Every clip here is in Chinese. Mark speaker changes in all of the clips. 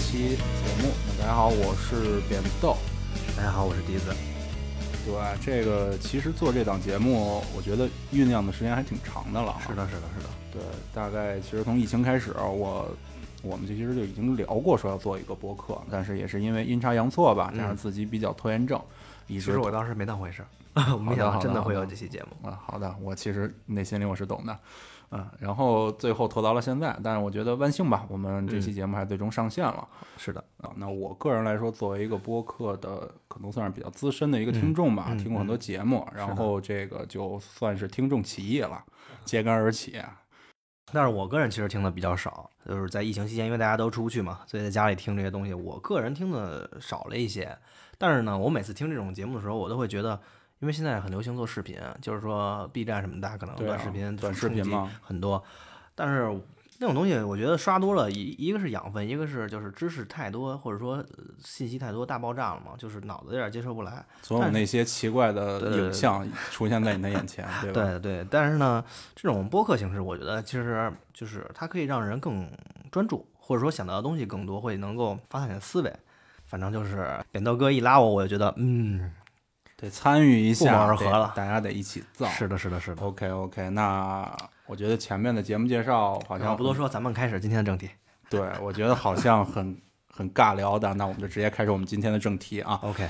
Speaker 1: 期节目。那大家好，我是扁豆。
Speaker 2: 大家好，我是笛子。
Speaker 1: 对，这个其实做这档节目，我觉得酝酿的时间还挺长的了哈。
Speaker 2: 是的，是的，是的。
Speaker 1: 对，大概其实从疫情开始，我我们其实就已经聊过说要做一个播客，但是也是因为阴差阳错吧，
Speaker 2: 嗯
Speaker 1: 加上自己比较拖延症，一
Speaker 2: 其
Speaker 1: 直
Speaker 2: 实我当时没当回事儿， 我没想
Speaker 1: 好
Speaker 2: 到
Speaker 1: 的
Speaker 2: 真的
Speaker 1: 好
Speaker 2: 会
Speaker 1: 的
Speaker 2: 有这期节目。
Speaker 1: 啊，好的，我其实内心里我是懂的，嗯，然后最后拖到了现在，但是我觉得万幸吧，我们这期节目还最终上线了、
Speaker 2: 是的，
Speaker 1: 啊。那我个人来说，作为一个播客的，可能算是比较资深的一个听众吧，
Speaker 2: 嗯嗯
Speaker 1: 听过很多节目，然后这个就算是听众起义了，揭竿而起。
Speaker 2: 但是我个人其实听的比较少，就是在疫情期间，因为大家都出不去嘛，所以在家里听这些东西，我个人听的少了一些。但是呢，我每次听这种节目的时候，我都会觉得，因为现在很流行做视频，就是说 B 站什么的，大家可能
Speaker 1: 对啊
Speaker 2: 短视频、
Speaker 1: 短视频嘛，
Speaker 2: 很多。但是那种东西，我觉得刷多了，一一个是养分，一个是就是知识太多，或者说呃信息太多，大爆炸了嘛，就是脑子有点接受不来。
Speaker 1: 总有
Speaker 2: 但是
Speaker 1: 那些奇怪
Speaker 2: 对
Speaker 1: 的
Speaker 2: 对对
Speaker 1: 影像出现在你的眼 前，对吧？
Speaker 2: 对对，但是呢，这种播客形式，我觉得其实就是它可以让人更专注，或者说想到的东西更多，会能够发散你的思维。反正就是扁豆哥一拉我，我就觉得，嗯，
Speaker 1: 得参与一
Speaker 2: 不谋
Speaker 1: 下，
Speaker 2: 而合
Speaker 1: 得
Speaker 2: 了
Speaker 1: 大家得一起造。
Speaker 2: 是的，是的，是的。
Speaker 1: OK OK，那我觉得前面的节目介绍好
Speaker 2: 然后
Speaker 1: 像
Speaker 2: 不多说，咱们开始今天的正题。
Speaker 1: 对，我觉得好像很很尬聊的，那我们就直接开始我们今天的正题啊。
Speaker 2: OK，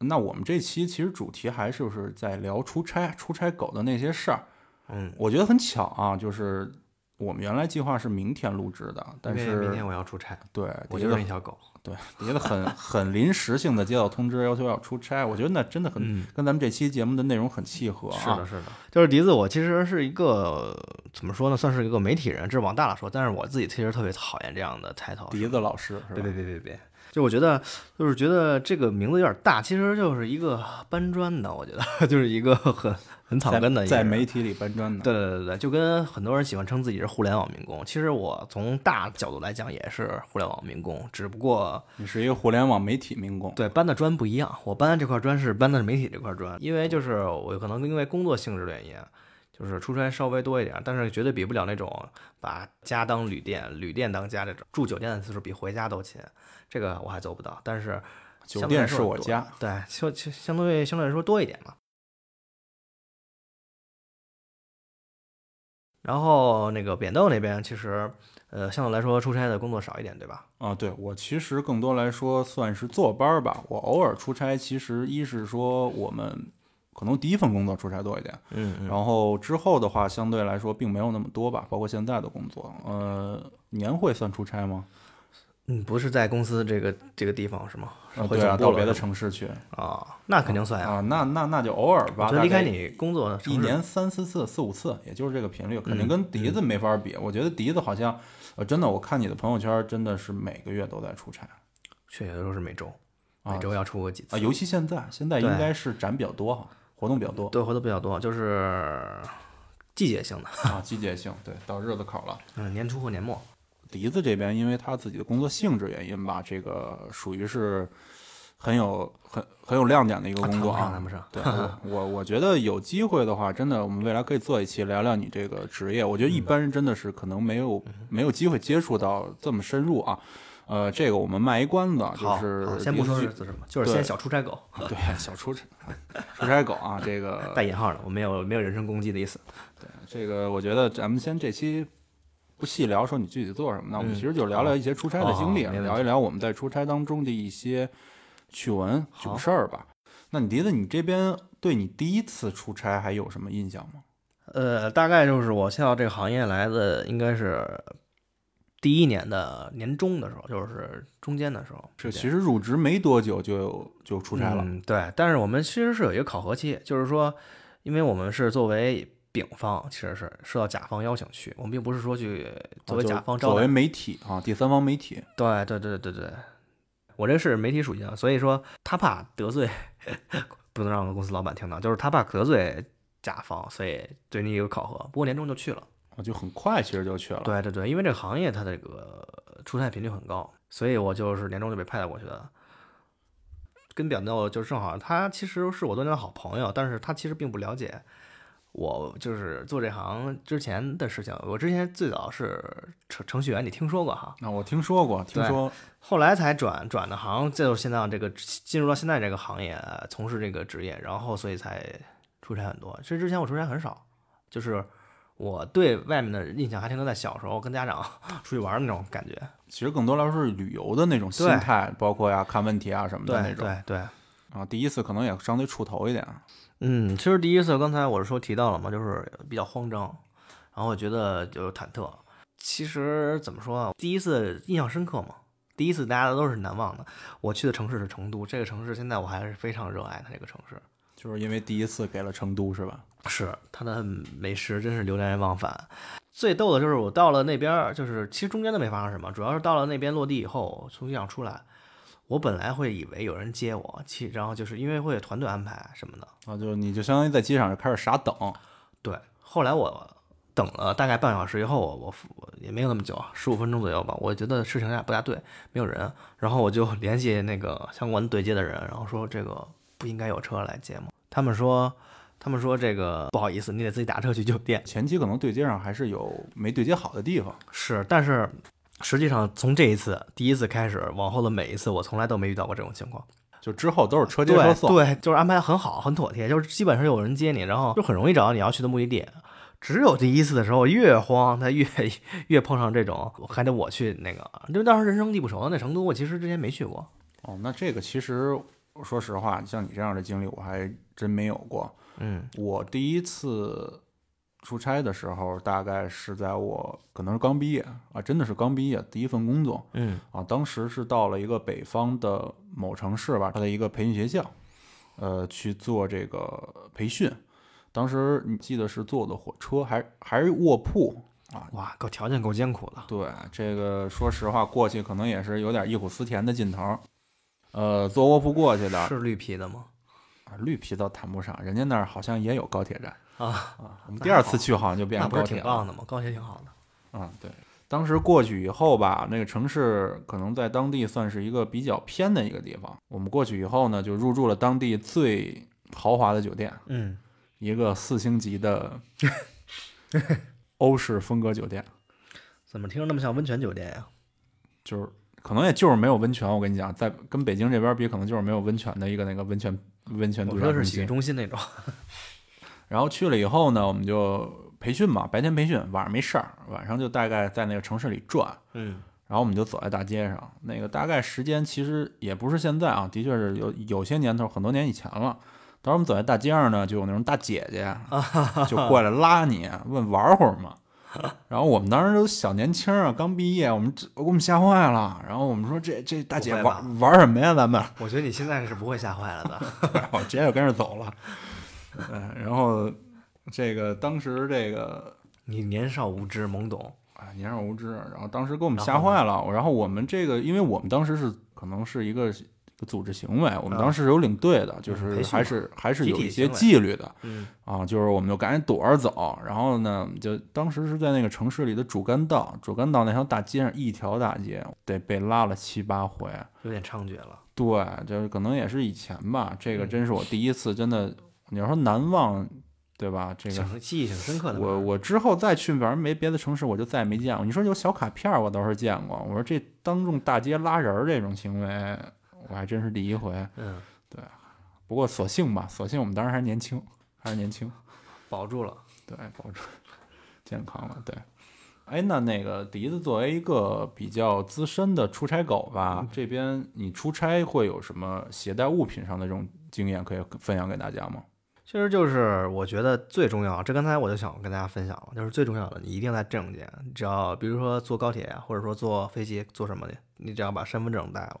Speaker 1: 那我们这期其实主题还是就是在聊出差、出差狗的那些事儿。
Speaker 2: 嗯，
Speaker 1: 我觉得很巧啊，就是我们原来计划是明天录制的，但
Speaker 2: 因为明
Speaker 1: 是
Speaker 2: 天我要出差，
Speaker 1: 对，
Speaker 2: 我
Speaker 1: 觉
Speaker 2: 就是
Speaker 1: 得
Speaker 2: 那条狗。
Speaker 1: 对，觉得很很临时性的接到通知要求要出差，我觉得那真的很、
Speaker 2: 嗯
Speaker 1: 跟咱们这期节目的内容很契合啊。
Speaker 2: 是的，，是的，就是笛子，我其实是一个怎么说呢，算是一个媒体人，这往大了说，但是我自己其实特别讨厌这样的 title，
Speaker 1: 笛子老师是吧
Speaker 2: 别别？别别别！就我觉得，就是觉得这个名字有点大，其实就是一个搬砖的，我觉得 就是一个很很草根的
Speaker 1: 在
Speaker 2: 一个
Speaker 1: 在
Speaker 2: 人
Speaker 1: 媒体里搬砖的。
Speaker 2: 对对对对，就跟很多人喜欢称自己是互联网民工，其实我从大角度来讲也是互联网民工，只不过
Speaker 1: 你是一个互联网媒体民工，
Speaker 2: 对搬的砖不一样，我搬的这块砖是搬的是媒体这块砖，因为就是我可能因为工作性质的原因，就是出差稍微多一点，但是绝对比不了那种把家当旅店、旅店当家这种住酒店的次数比回家都勤，这个我还做不到。但是
Speaker 1: 酒
Speaker 2: 相对来
Speaker 1: 店是
Speaker 2: 说
Speaker 1: 我
Speaker 2: 多
Speaker 1: 家。
Speaker 2: 对，相相相对相对来说多一点嘛。然后那个扁豆那边其实，呃，相对来说出差的工作少一点，对吧？
Speaker 1: 啊，对我其实更多来说算是坐班儿吧。我偶尔出差，其实一是说我们可能第一份工作出差多一点，
Speaker 2: 嗯嗯
Speaker 1: 然后之后的话相对来说并没有那么多吧，包括现在的工作。呃，年会算出差吗？
Speaker 2: 嗯，不是在公司这个这个地方是吗？
Speaker 1: 啊，
Speaker 2: 回
Speaker 1: 对啊，
Speaker 2: 总部
Speaker 1: 到
Speaker 2: 了
Speaker 1: 别的
Speaker 2: 是
Speaker 1: 城市去
Speaker 2: 吗啊，那肯定算呀。
Speaker 1: 啊，那那那就偶尔
Speaker 2: 我
Speaker 1: 吧，大
Speaker 2: 觉得离
Speaker 1: 概
Speaker 2: 开你工作的城
Speaker 1: 一
Speaker 2: 市
Speaker 1: 年三四次、四五次，也就是这个频率，肯定
Speaker 2: 嗯
Speaker 1: 跟笛子没法比。我觉得笛子好像，呃，真的，我看你的朋友圈真的是每个月都在出差
Speaker 2: 确切的说是每周，
Speaker 1: 啊
Speaker 2: 每周要出个几
Speaker 1: 啊，
Speaker 2: 次。
Speaker 1: 尤其现在，现在应
Speaker 2: 对
Speaker 1: 该是展比较多哈，活动比较多。
Speaker 2: 对，活动比较多，就是季节性 的，
Speaker 1: 啊，季节性，对，到日子口了。
Speaker 2: 嗯，年初或年末。
Speaker 1: 笛子这边，因为他自己的工作性质原因吧，这个属于是很有很很有亮点的一个
Speaker 2: 啊
Speaker 1: 工
Speaker 2: 谈
Speaker 1: 作
Speaker 2: 不上，
Speaker 1: 啊
Speaker 2: 谈。不上。
Speaker 1: 对，我我我觉得有机会的话，真的，我们未来可以做一期聊聊你这个职业。我觉得
Speaker 2: 嗯
Speaker 1: 一般人真的是可能没有没有机会接触到这么深入啊。呃，这个我们卖一关子，就
Speaker 2: 好，好
Speaker 1: 是
Speaker 2: 先不
Speaker 1: 笛子
Speaker 2: 说
Speaker 1: 去
Speaker 2: 是什么，就是
Speaker 1: 对
Speaker 2: 先小出差狗，
Speaker 1: 对小出差出差狗啊，这 个
Speaker 2: 带引号的，我没有没有人身攻击的意思。
Speaker 1: 这个我觉得咱们先这期不细聊说你具体做什么，那我们
Speaker 2: 嗯
Speaker 1: 其实就聊聊一些出差的经历，啊
Speaker 2: 好好没问题
Speaker 1: 聊一聊我们在出差当中的一些趣闻、
Speaker 2: 好
Speaker 1: 糗事儿吧。那你觉得你这边对你第一次出差还有什么印象吗？
Speaker 2: 呃，大概就是我下到这个行业来的，应该是第一年的年中的时候，就是中间的时候。
Speaker 1: 这
Speaker 2: 时间
Speaker 1: 其实入职没多久就就出差了，
Speaker 2: 嗯。对，但是我们其实是有一个考核期，就是说，因为我们是作为丙方，其实是受到甲方邀请去，我们并不是说去哦作为
Speaker 1: 啊就
Speaker 2: 甲方招
Speaker 1: 作为
Speaker 2: 待。
Speaker 1: 媒体啊，第三方媒体，
Speaker 2: 对对对对对，我这是媒体属性，所以说他怕得罪， 不能让公司老板听到，就是他怕得罪甲方，所以对你有考核。不过年终就去了。
Speaker 1: 啊就很快其实就去了。
Speaker 2: 对对对，因为这个行业它这个出差频率很高，所以我就是年终就被派到过去的。跟表豆就是正好，他其实是我多年的好朋友，但是他其实并不了解我就是做这行之前的事情，我之前最早是程程序员，你听说过哈？
Speaker 1: 那我听说过，听
Speaker 2: 对
Speaker 1: 说
Speaker 2: 后来才转转的行，再就是现在这个进入到现在这个行业，呃从事这个职业，然后所以才出差很多。其实之前我出差很少，就是我对外面的印象还停留在小时候跟家长 出去玩儿那种感觉。
Speaker 1: 其实更多来说是旅游的那种心
Speaker 2: 对
Speaker 1: 态，包括呀看问题啊什么的那
Speaker 2: 对
Speaker 1: 种。
Speaker 2: 对对，
Speaker 1: 啊，第一次可能也相对触头一点。啊
Speaker 2: 嗯，其实第一次刚才我是说提到了嘛，就是比较慌张，然后我觉得就是忐忑。其实怎么说啊，第一次印象深刻嘛，第一次大家都是难忘的。我去的城市是成都，这个城市现在我还是非常热爱的这个城市。
Speaker 1: 就是因为第一次给了成都，是吧？
Speaker 2: 是它的美食真是流连忘返。最逗的就是我到了那边儿，就是其实中间都没发生什么，主要是到了那边落地以后，从机场出来，我本来会以为有人接我，其然后就是因为会有团队安排什么的，
Speaker 1: 啊，就你就相当于在机场就开始傻等，
Speaker 2: 对。后来我等了大概半小时以后，我我我也没有那么久啊，十五分钟左右吧，我觉得事情有点不大对，没有人，然后我就 联系那个相关对接的人，然后说这个不应该有车来接吗？他们说。他们说这个不好意思，你得自己打车去酒店。
Speaker 1: 前期可能对接上还是有没对接好的地方。
Speaker 2: 是，但是实际上从这一次第一次开始，往后的每一次，我从来都没遇到过这种情况。
Speaker 1: 就之后都是车接车
Speaker 2: 对
Speaker 1: 送，
Speaker 2: 对，就是安排得很好，很妥帖，就是基本上有人接你，然后就很容易找到你要去的目的地。只有第一次的时候越慌，他越越碰上这种，还得我去那个，因为当时人生地不熟，那成都我其实之前没去过。
Speaker 1: 哦，那这个其实说实话，像你这样的经历我还真没有过。
Speaker 2: 嗯
Speaker 1: 我第一次出差的时候，大概是在我可能是刚毕业啊，真的是刚毕业第一份工作
Speaker 2: 嗯
Speaker 1: 啊，当时是到了一个北方的某城市吧，它的一个培训学校，呃，去做这个培训。当时你记得是坐的火车，还还是卧铺啊？
Speaker 2: 哇，够条件够艰苦的。
Speaker 1: 对，这个说实话，过去可能也是有点忆苦思甜的劲头。呃，坐卧铺过去的，
Speaker 2: 是绿皮的吗？
Speaker 1: 啊，绿皮倒谈不上，人家那儿好像也有高铁站
Speaker 2: 啊，
Speaker 1: 啊。我们
Speaker 2: 那
Speaker 1: 第二
Speaker 2: 好
Speaker 1: 次去好像就变
Speaker 2: 那
Speaker 1: 成
Speaker 2: 不是
Speaker 1: 高铁
Speaker 2: 挺
Speaker 1: 了。
Speaker 2: 棒的吗？高铁挺好的。
Speaker 1: 啊，对。当时过去以后吧，那个城市可能在当地算是一个比较偏的一个地方。我们过去以后呢，就入住了当地最豪华的酒店，
Speaker 2: 嗯，
Speaker 1: 一个四星级的欧式风格酒店，
Speaker 2: 怎么听着那么像温泉酒店呀、
Speaker 1: 就是可能也就是没有温泉。我跟你讲，在跟北京这边比，可能就是没有温泉的一个那个温泉温泉
Speaker 2: 我
Speaker 1: 度
Speaker 2: 说
Speaker 1: 假中
Speaker 2: 的是洗浴
Speaker 1: 心。
Speaker 2: 中心那种。
Speaker 1: 然后去了以后呢，我们就培训嘛，白天培训，晚上没事儿，晚上就大概在那个城市里转。
Speaker 2: 嗯
Speaker 1: 然后我们就走在大街上，那个大概时间其实也不是现在啊，的确是有有些年头，很多年以前了。当时我们走在大街上呢，就有那种大姐 姐就过来拉你，问玩会儿嘛。然后我们当时都小年轻啊，刚毕业，我们这我们吓坏了。然后我们说这这大姐
Speaker 2: 不会吧
Speaker 1: 玩玩什么呀？咱们，
Speaker 2: 我觉得你现在是不会吓坏了的。
Speaker 1: 我直接就跟着走了。嗯，然后这个当时这个
Speaker 2: 你年少无知懵懂，
Speaker 1: 啊，年少无知，然后当时给我们
Speaker 2: 然
Speaker 1: 吓
Speaker 2: 后
Speaker 1: 坏了。然后我们这个，因为我们当时是可能是一个一个组织行为，我们
Speaker 2: 啊
Speaker 1: 当时是有领队的，就
Speaker 2: 嗯
Speaker 1: 是
Speaker 2: 培训
Speaker 1: 还
Speaker 2: 嘛
Speaker 1: 是还是
Speaker 2: 集
Speaker 1: 有
Speaker 2: 体
Speaker 1: 一些
Speaker 2: 行为
Speaker 1: 纪律的
Speaker 2: 嗯
Speaker 1: 啊，就是我们就赶紧躲着走。然后呢，就当时是在那个城市里的主干道，主干道那条大街上，一条大街得被拉了七八回。
Speaker 2: 有点猖獗了。
Speaker 1: 对，就是可能也是以前吧，这个
Speaker 2: 嗯
Speaker 1: 真是我第一次，真的你要说难忘，对吧？这个
Speaker 2: 挺记忆挺深刻的。
Speaker 1: 我我之后再去，反正没别的城市，我就再也没见过。你说有小卡片儿，我倒是见过。我说这当众大街拉人儿这种行为，我还真是第一回。
Speaker 2: 嗯，
Speaker 1: 不过所幸吧，所幸我们当时还年轻，还是年轻，
Speaker 2: 保住了。
Speaker 1: 对，保住 健康了，对。哎，那那个笛子作为一个比较资深的出差狗吧，这边你出差会有什么携带物品上的这种经验可以分享给大家吗？
Speaker 2: 其实就是我觉得最重要，这刚才我就想跟大家分享了，就是最重要的，你一定在证件，你只要比如说坐高铁啊，或者说坐飞机坐什么的，你只要把身份证带了，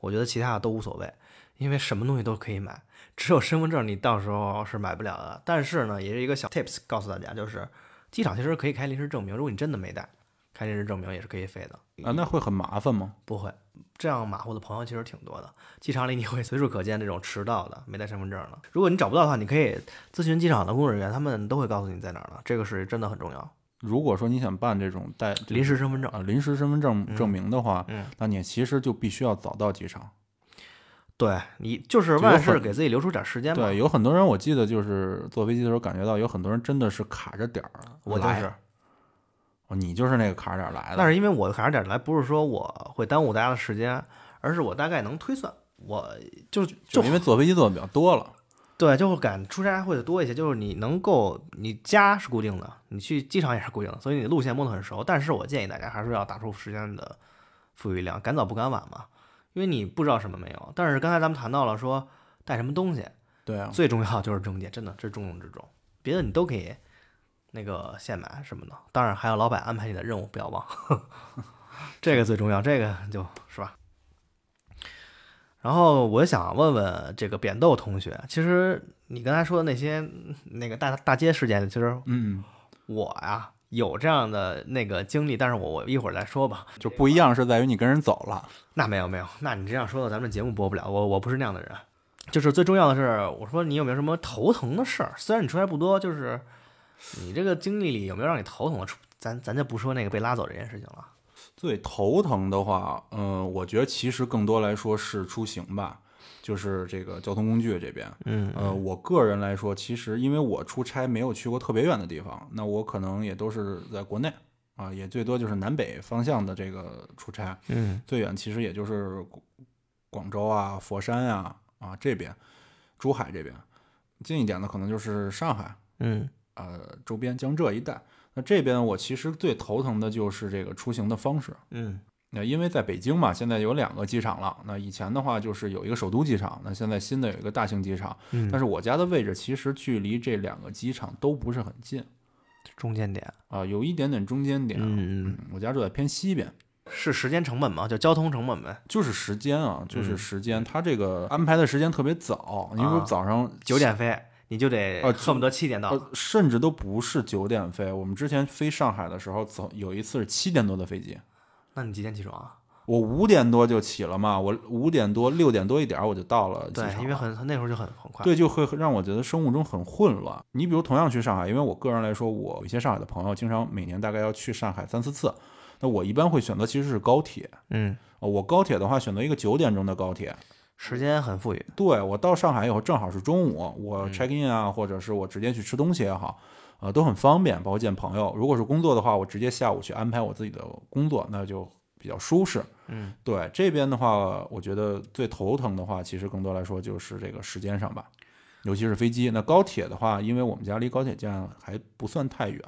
Speaker 2: 我觉得其他的都无所谓，因为什么东西都可以买，只有身份证你到时候是买不了的。但是呢，也是一个小 tips 告诉大家，就是机场其实可以开临时证明，如果你真的没带，开临时证明也是可以飞的。
Speaker 1: 啊，那会很麻烦吗？
Speaker 2: 不会，这样马虎的朋友其实挺多的。机场里你会随处可见这种迟到的、没带身份证的。如果你找不到的话，你可以咨询机场的工作人员，他们都会告诉你在哪儿了。这个是真的很重要。
Speaker 1: 如果说你想办这种带这
Speaker 2: 临时身份
Speaker 1: 呃
Speaker 2: 证，
Speaker 1: 啊，临时身份证证明的话，
Speaker 2: 嗯
Speaker 1: 那你其实就必须要早到机场。
Speaker 2: 对你就是
Speaker 1: 就有
Speaker 2: 万事
Speaker 1: 很
Speaker 2: 给自己留出点时间吧。
Speaker 1: 对，有很多人我记得就是坐飞机的时候感觉到有很多人真的是卡着点儿，
Speaker 2: 我就
Speaker 1: 来
Speaker 2: 是，
Speaker 1: 哦你就是那个卡着点儿来的。
Speaker 2: 那是因为我卡着点儿来，不是说我会耽误大家的时间，而是我大概能推算，我就就
Speaker 1: 就因为坐飞机坐的比较多了，
Speaker 2: 对，就会赶出差会的多一些。就是你能够，你家是固定的，你去机场也是固定的，所以你路线摸得很熟。但是我建议大家还是要打出时间的富裕量，赶早不赶晚嘛，因为你不知道什么没有。但是刚才咱们谈到了说带什么东西，
Speaker 1: 对啊，
Speaker 2: 最重要的就是证件，真的这是重中之重，别的你都可以那个现买什么的。当然还有老板安排你的任务，不要忘， 这个最重要，这个就是吧。然后我想问问这个扁豆同学，其实你刚才说的那些那个大大街事件，其实
Speaker 1: 嗯，
Speaker 2: 我呀、有这样的那个经历，但是我我一会儿再说吧。
Speaker 1: 就不一样是在于你跟人走了，
Speaker 2: 那没有没有，那你这样说的，咱们节目播不了。我我不是那样的人，就是最重要的是，我说你有没有什么头疼的事儿？虽然你出差不多，就是你这个经历里有没有让你头疼的？出咱咱就不说那个被拉走这件事情了。
Speaker 1: 最头疼的话，嗯、我觉得其实更多来说是出行吧，就是这个交通工具这边。
Speaker 2: 嗯
Speaker 1: 呃，我个人来说，其实因为我出差没有去过特别远的地方，那我可能也都是在国内啊，也最多就是南北方向的这个出差，
Speaker 2: 嗯
Speaker 1: 最远其实也就是广广州啊、佛山啊啊这边，珠海这边，近一点的可能就是上海。
Speaker 2: 嗯
Speaker 1: 呃周边江浙一带。那这边我其实最头疼的就是这个出行的方式。
Speaker 2: 嗯
Speaker 1: 那因为在北京嘛，现在有两个机场了。那以前的话就是有一个首都机场，那现在新的有一个大型机场。
Speaker 2: 嗯
Speaker 1: 但是我家的位置其实距离这两个机场都不是很近
Speaker 2: 中间点，
Speaker 1: 啊、有一点点中间点。
Speaker 2: 嗯嗯，
Speaker 1: 我家住在偏西边，
Speaker 2: 是时间成本吗？就交通成本呗，
Speaker 1: 就是时间啊，就是
Speaker 2: 嗯
Speaker 1: 时间。它这个安排的时间特别早，你比如
Speaker 2: 啊
Speaker 1: 早上
Speaker 2: 九点飞你哦就得
Speaker 1: 啊
Speaker 2: 恨不得七点到。
Speaker 1: 呃，甚至都不是九点飞。我们之前飞上海的时候，走有一次是七点多的飞机，
Speaker 2: 那你几点起床啊？
Speaker 1: 我五点多就起了嘛，我五点多六点多一点儿我就到了机
Speaker 2: 对
Speaker 1: 场，
Speaker 2: 因为很很那时候就很很快。
Speaker 1: 对就会让我觉得生物钟很混乱。你比如同样去上海，因为我个人来说，我有一些上海的朋友经常每年大概要去上海三四次，那我一般会选择其实是高铁。
Speaker 2: 嗯，
Speaker 1: 呃我高铁的话，选择一个九点钟的高铁。
Speaker 2: 时间很富裕。
Speaker 1: 对我到上海以后，正好是中午，我 check in 啊，或者是我直接去吃东西也好，呃，都很方便，包括见朋友。如果是工作的话，我直接下午去安排我自己的工作，那就比较舒适。
Speaker 2: 嗯，
Speaker 1: 对这边的话，我觉得最头疼的话，其实更多来说就是这个时间上吧，尤其是飞机。那高铁的话，因为我们家离高铁站还不算太远，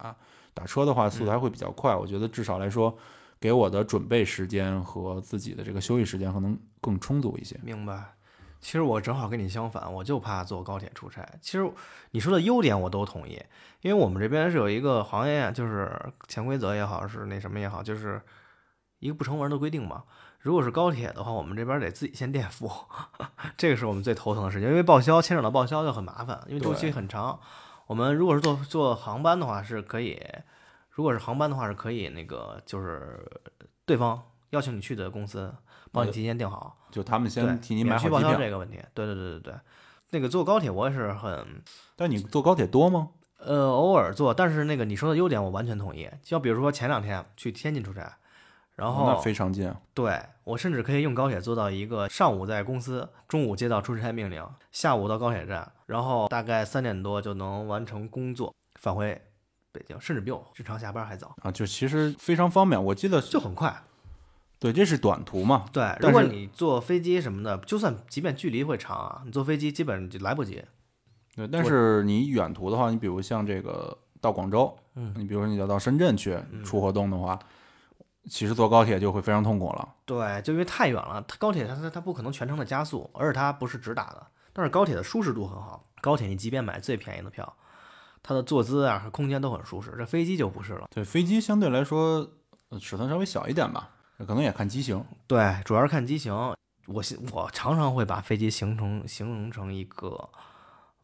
Speaker 1: 打车的话速度还会比较快。我觉得至少来说，给我的准备时间和自己的这个休息时间可能更充足一些。
Speaker 2: 明白。其实我正好跟你相反，我就怕坐高铁出差。其实你说的优点我都同意，因为我们这边是有一个行业，啊就是潜规则也好，是那什么也好，就是一个不成文的规定嘛。如果是高铁的话，我们这边得自己先垫付， 这个是我们最头疼的事情，因为报销牵扯到报销就很麻烦，因为周期
Speaker 1: 对
Speaker 2: 很长。我们如果是坐坐航班的话，是可以；如果是航班的话，是可以那个就是对方邀请你去的公司帮你提前订好。
Speaker 1: 就他们
Speaker 2: 对
Speaker 1: 先替你
Speaker 2: 免
Speaker 1: 买
Speaker 2: 去
Speaker 1: 好
Speaker 2: 报
Speaker 1: 机
Speaker 2: 销
Speaker 1: 票，
Speaker 2: 这个问题。对对对对对，那个坐高铁我也是很
Speaker 1: 但你坐高铁多吗？
Speaker 2: 呃偶尔坐，但是那个你说的优点我完全同意。就比如说前两天去天津出差，然
Speaker 1: 哦那
Speaker 2: 后
Speaker 1: 非常近。
Speaker 2: 对我甚至可以用高铁坐到一个上午在公司，中午接到出差命令，下午到高铁站，然后大概三点多就能完成工作，返回北京，甚至比我正常下班还早，
Speaker 1: 啊，就其实非常方便。我记得
Speaker 2: 就很快。
Speaker 1: 对，这是短途嘛，
Speaker 2: 对，如
Speaker 1: 但
Speaker 2: 果
Speaker 1: 是
Speaker 2: 你坐飞机什么的，就算即便距离会长啊，你坐飞机基本就来不及。
Speaker 1: 对，但是你远途的话，你比如像这个到广州，
Speaker 2: 嗯
Speaker 1: 你比如说你要到深圳去出活动的话，其实坐高铁就会非常痛苦了。
Speaker 2: 对，就因为太远了，它高铁它它它不可能全程的加速，而且它不是直达的。但是高铁的舒适度很好，高铁你即便买最便宜的票，它的坐姿啊和空间都很舒适。这飞机就不是了，
Speaker 1: 对，飞机相对来说呃尺寸稍微小一点吧，可能也看机型。
Speaker 2: 对，主要是看机型。我现我常常会把飞机形成形容成一个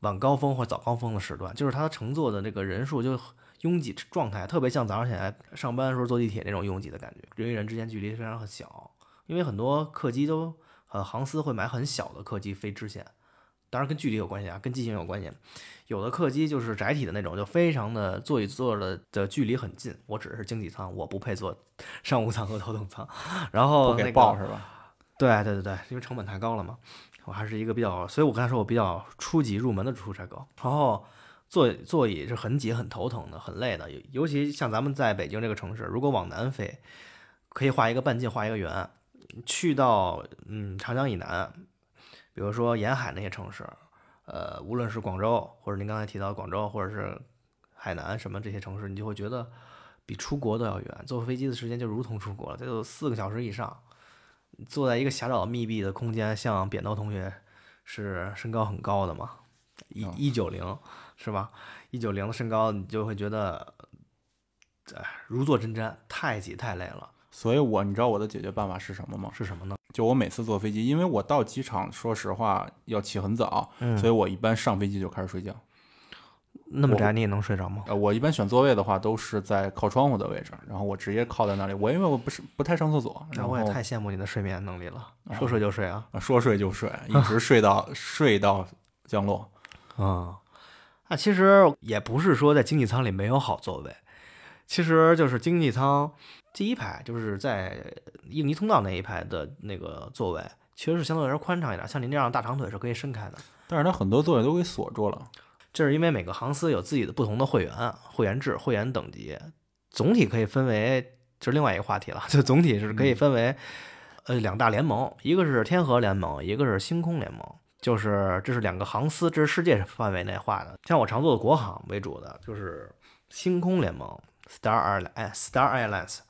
Speaker 2: 晚高峰或早高峰的时段，就是它乘坐的这个人数就拥挤状态，特别像早上起来上班的时候坐地铁那种拥挤的感觉，人与人之间距离非常很小，因为很多客机都呃航司会买很小的客机飞支线，当然跟距离有关系啊，跟机型有关系。有的客机就是窄体的那种，就非常的座与座的的距离很近。我只是经济舱，我不配坐商务舱和头等舱。然后
Speaker 1: 不
Speaker 2: 哦那
Speaker 1: 给
Speaker 2: 个
Speaker 1: 报是吧？
Speaker 2: 对对对对，因为成本太高了嘛。我还是一个比较，所以我刚才说我比较初级入门的出差狗。然后座座椅是很挤、很头疼的、很累的，尤尤其像咱们在北京这个城市，如果往南飞，可以画一个半径，画一个圆，去到嗯长江以南，比如说沿海那些城市，呃，无论是广州，或者您刚才提到广州，或者是海南什么这些城市，你就会觉得比出国都要远，坐飞机的时间就如同出国了，这就四个小时以上。坐在一个狭小密闭的空间，像扁豆同学是身高很高的嘛，一
Speaker 1: 哦
Speaker 2: 一九零是吧？一九零的身高，你就会觉得，哎，如坐针毡，太挤太累了。
Speaker 1: 所以我你知道我的解决办法是什么吗？
Speaker 2: 是什么呢？
Speaker 1: 就我每次坐飞机，因为我到机场说实话要起很早，
Speaker 2: 嗯
Speaker 1: 所以我一般上飞机就开始睡觉。
Speaker 2: 那么
Speaker 1: 我
Speaker 2: 宅你也能睡着吗？
Speaker 1: 呃，我一般选座位的话都是在靠窗户的位置，然后我直接靠在那里。我因为我不是不太上厕所，然
Speaker 2: 那
Speaker 1: 后
Speaker 2: 啊我也太羡慕你的睡眠能力了，说睡就睡啊。
Speaker 1: 呃说睡就睡，一 直睡到睡到降落。
Speaker 2: 啊，那其实也不是说在经济舱里没有好座位，其实就是经济舱第一排，就是在印尼通道那一排的那个座位，其实是相对来说宽敞一点。像您这样的大长腿是可以伸开的，
Speaker 1: 但是它很多座位都给锁住了。
Speaker 2: 这是因为每个航司有自己的不同的会员、会员制、会员等级，总体可以分为，这是另外一个话题了，就总体是可以分为，呃，两大联盟，一个是天河联盟，一个是星空联盟，就是这是两个航司，这是世界范围内画的，像我常坐的国航为主的就是星空联盟 （Star Airline）、哎 Star Airlines。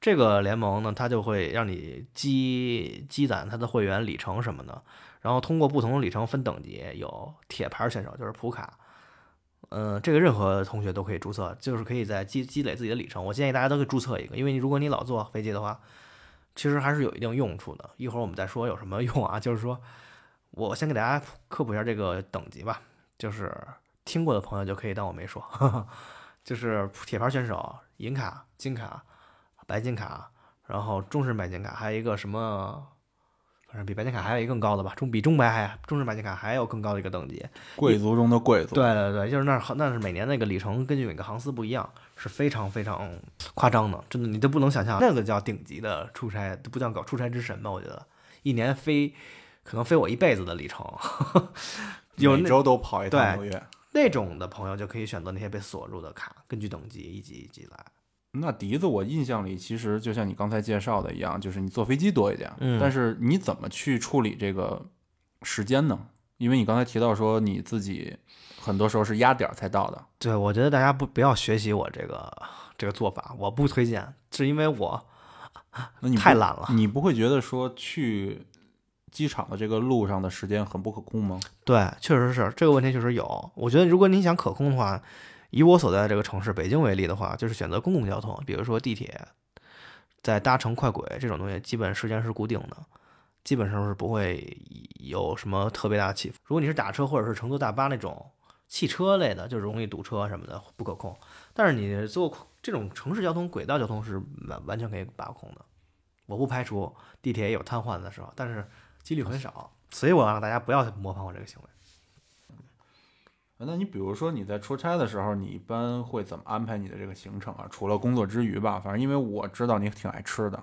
Speaker 2: 这个联盟呢，它就会让你积积攒它的会员里程什么的，然后通过不同的里程分等级，有铁牌选手就是普卡，嗯，这个任何同学都可以注册，就是可以在积积累自己的里程。我建议大家都可以注册一个，因为你如果你老坐飞机的话，其实还是有一定用处的。一会儿我们再说有什么用啊，就是说我先给大家科普一下这个等级吧，就是听过的朋友就可以当我没说， 就是铁牌选手、银卡、金卡、白金卡，然后中式白金卡，还有一个什么。反正比白金卡还有一个更高的吧，中比中白还中式白金卡还有更高的一个等级，
Speaker 1: 贵族中的贵族，
Speaker 2: 对对对，就是那儿那是每年那个里程根据每个航司不一样，是非常非常夸张的，真的你都不能想象，那个叫顶级的出差，都不叫搞出差之神吧？我觉得一年飞可能飞我一辈子的里程， 有
Speaker 1: 每
Speaker 2: 那
Speaker 1: 周都跑一趟纽约。
Speaker 2: 那种的朋友就可以选择那些被锁住的卡，根据等级一级一级来。
Speaker 1: 那笛子，我印象里其实就像你刚才介绍的一样，就是你坐飞机多一点，
Speaker 2: 嗯
Speaker 1: 但是你怎么去处理这个时间呢？因为你刚才提到说你自己很多时候是压点儿才到的，
Speaker 2: 对，我觉得大家不不要学习我这个这个做法，我不推荐，是因为我
Speaker 1: 那你不
Speaker 2: 太懒了。
Speaker 1: 你不会觉得说去机场的这个路上的时间很不可控吗？
Speaker 2: 对，确实是这个问题，确实有。我觉得如果你想可控的话，以我所在的这个城市北京为例的话，就是选择公共交通，比如说地铁，在搭乘快轨这种东西，基本时间是固定的，基本上是不会有什么特别大的起伏。如果你是打车或者是乘坐大巴那种汽车类的，就容易堵车什么的，不可控。但是你坐这种城市交通、轨道交通是完完全可以把控的。我不排除地铁也有瘫痪的时候，但是几率很少，所以我让大家不要模仿我这个行为。
Speaker 1: 那你比如说你在出差的时候，你一般会怎么安排你的这个行程啊？除了工作之余吧，反正因为我知道你挺爱吃的，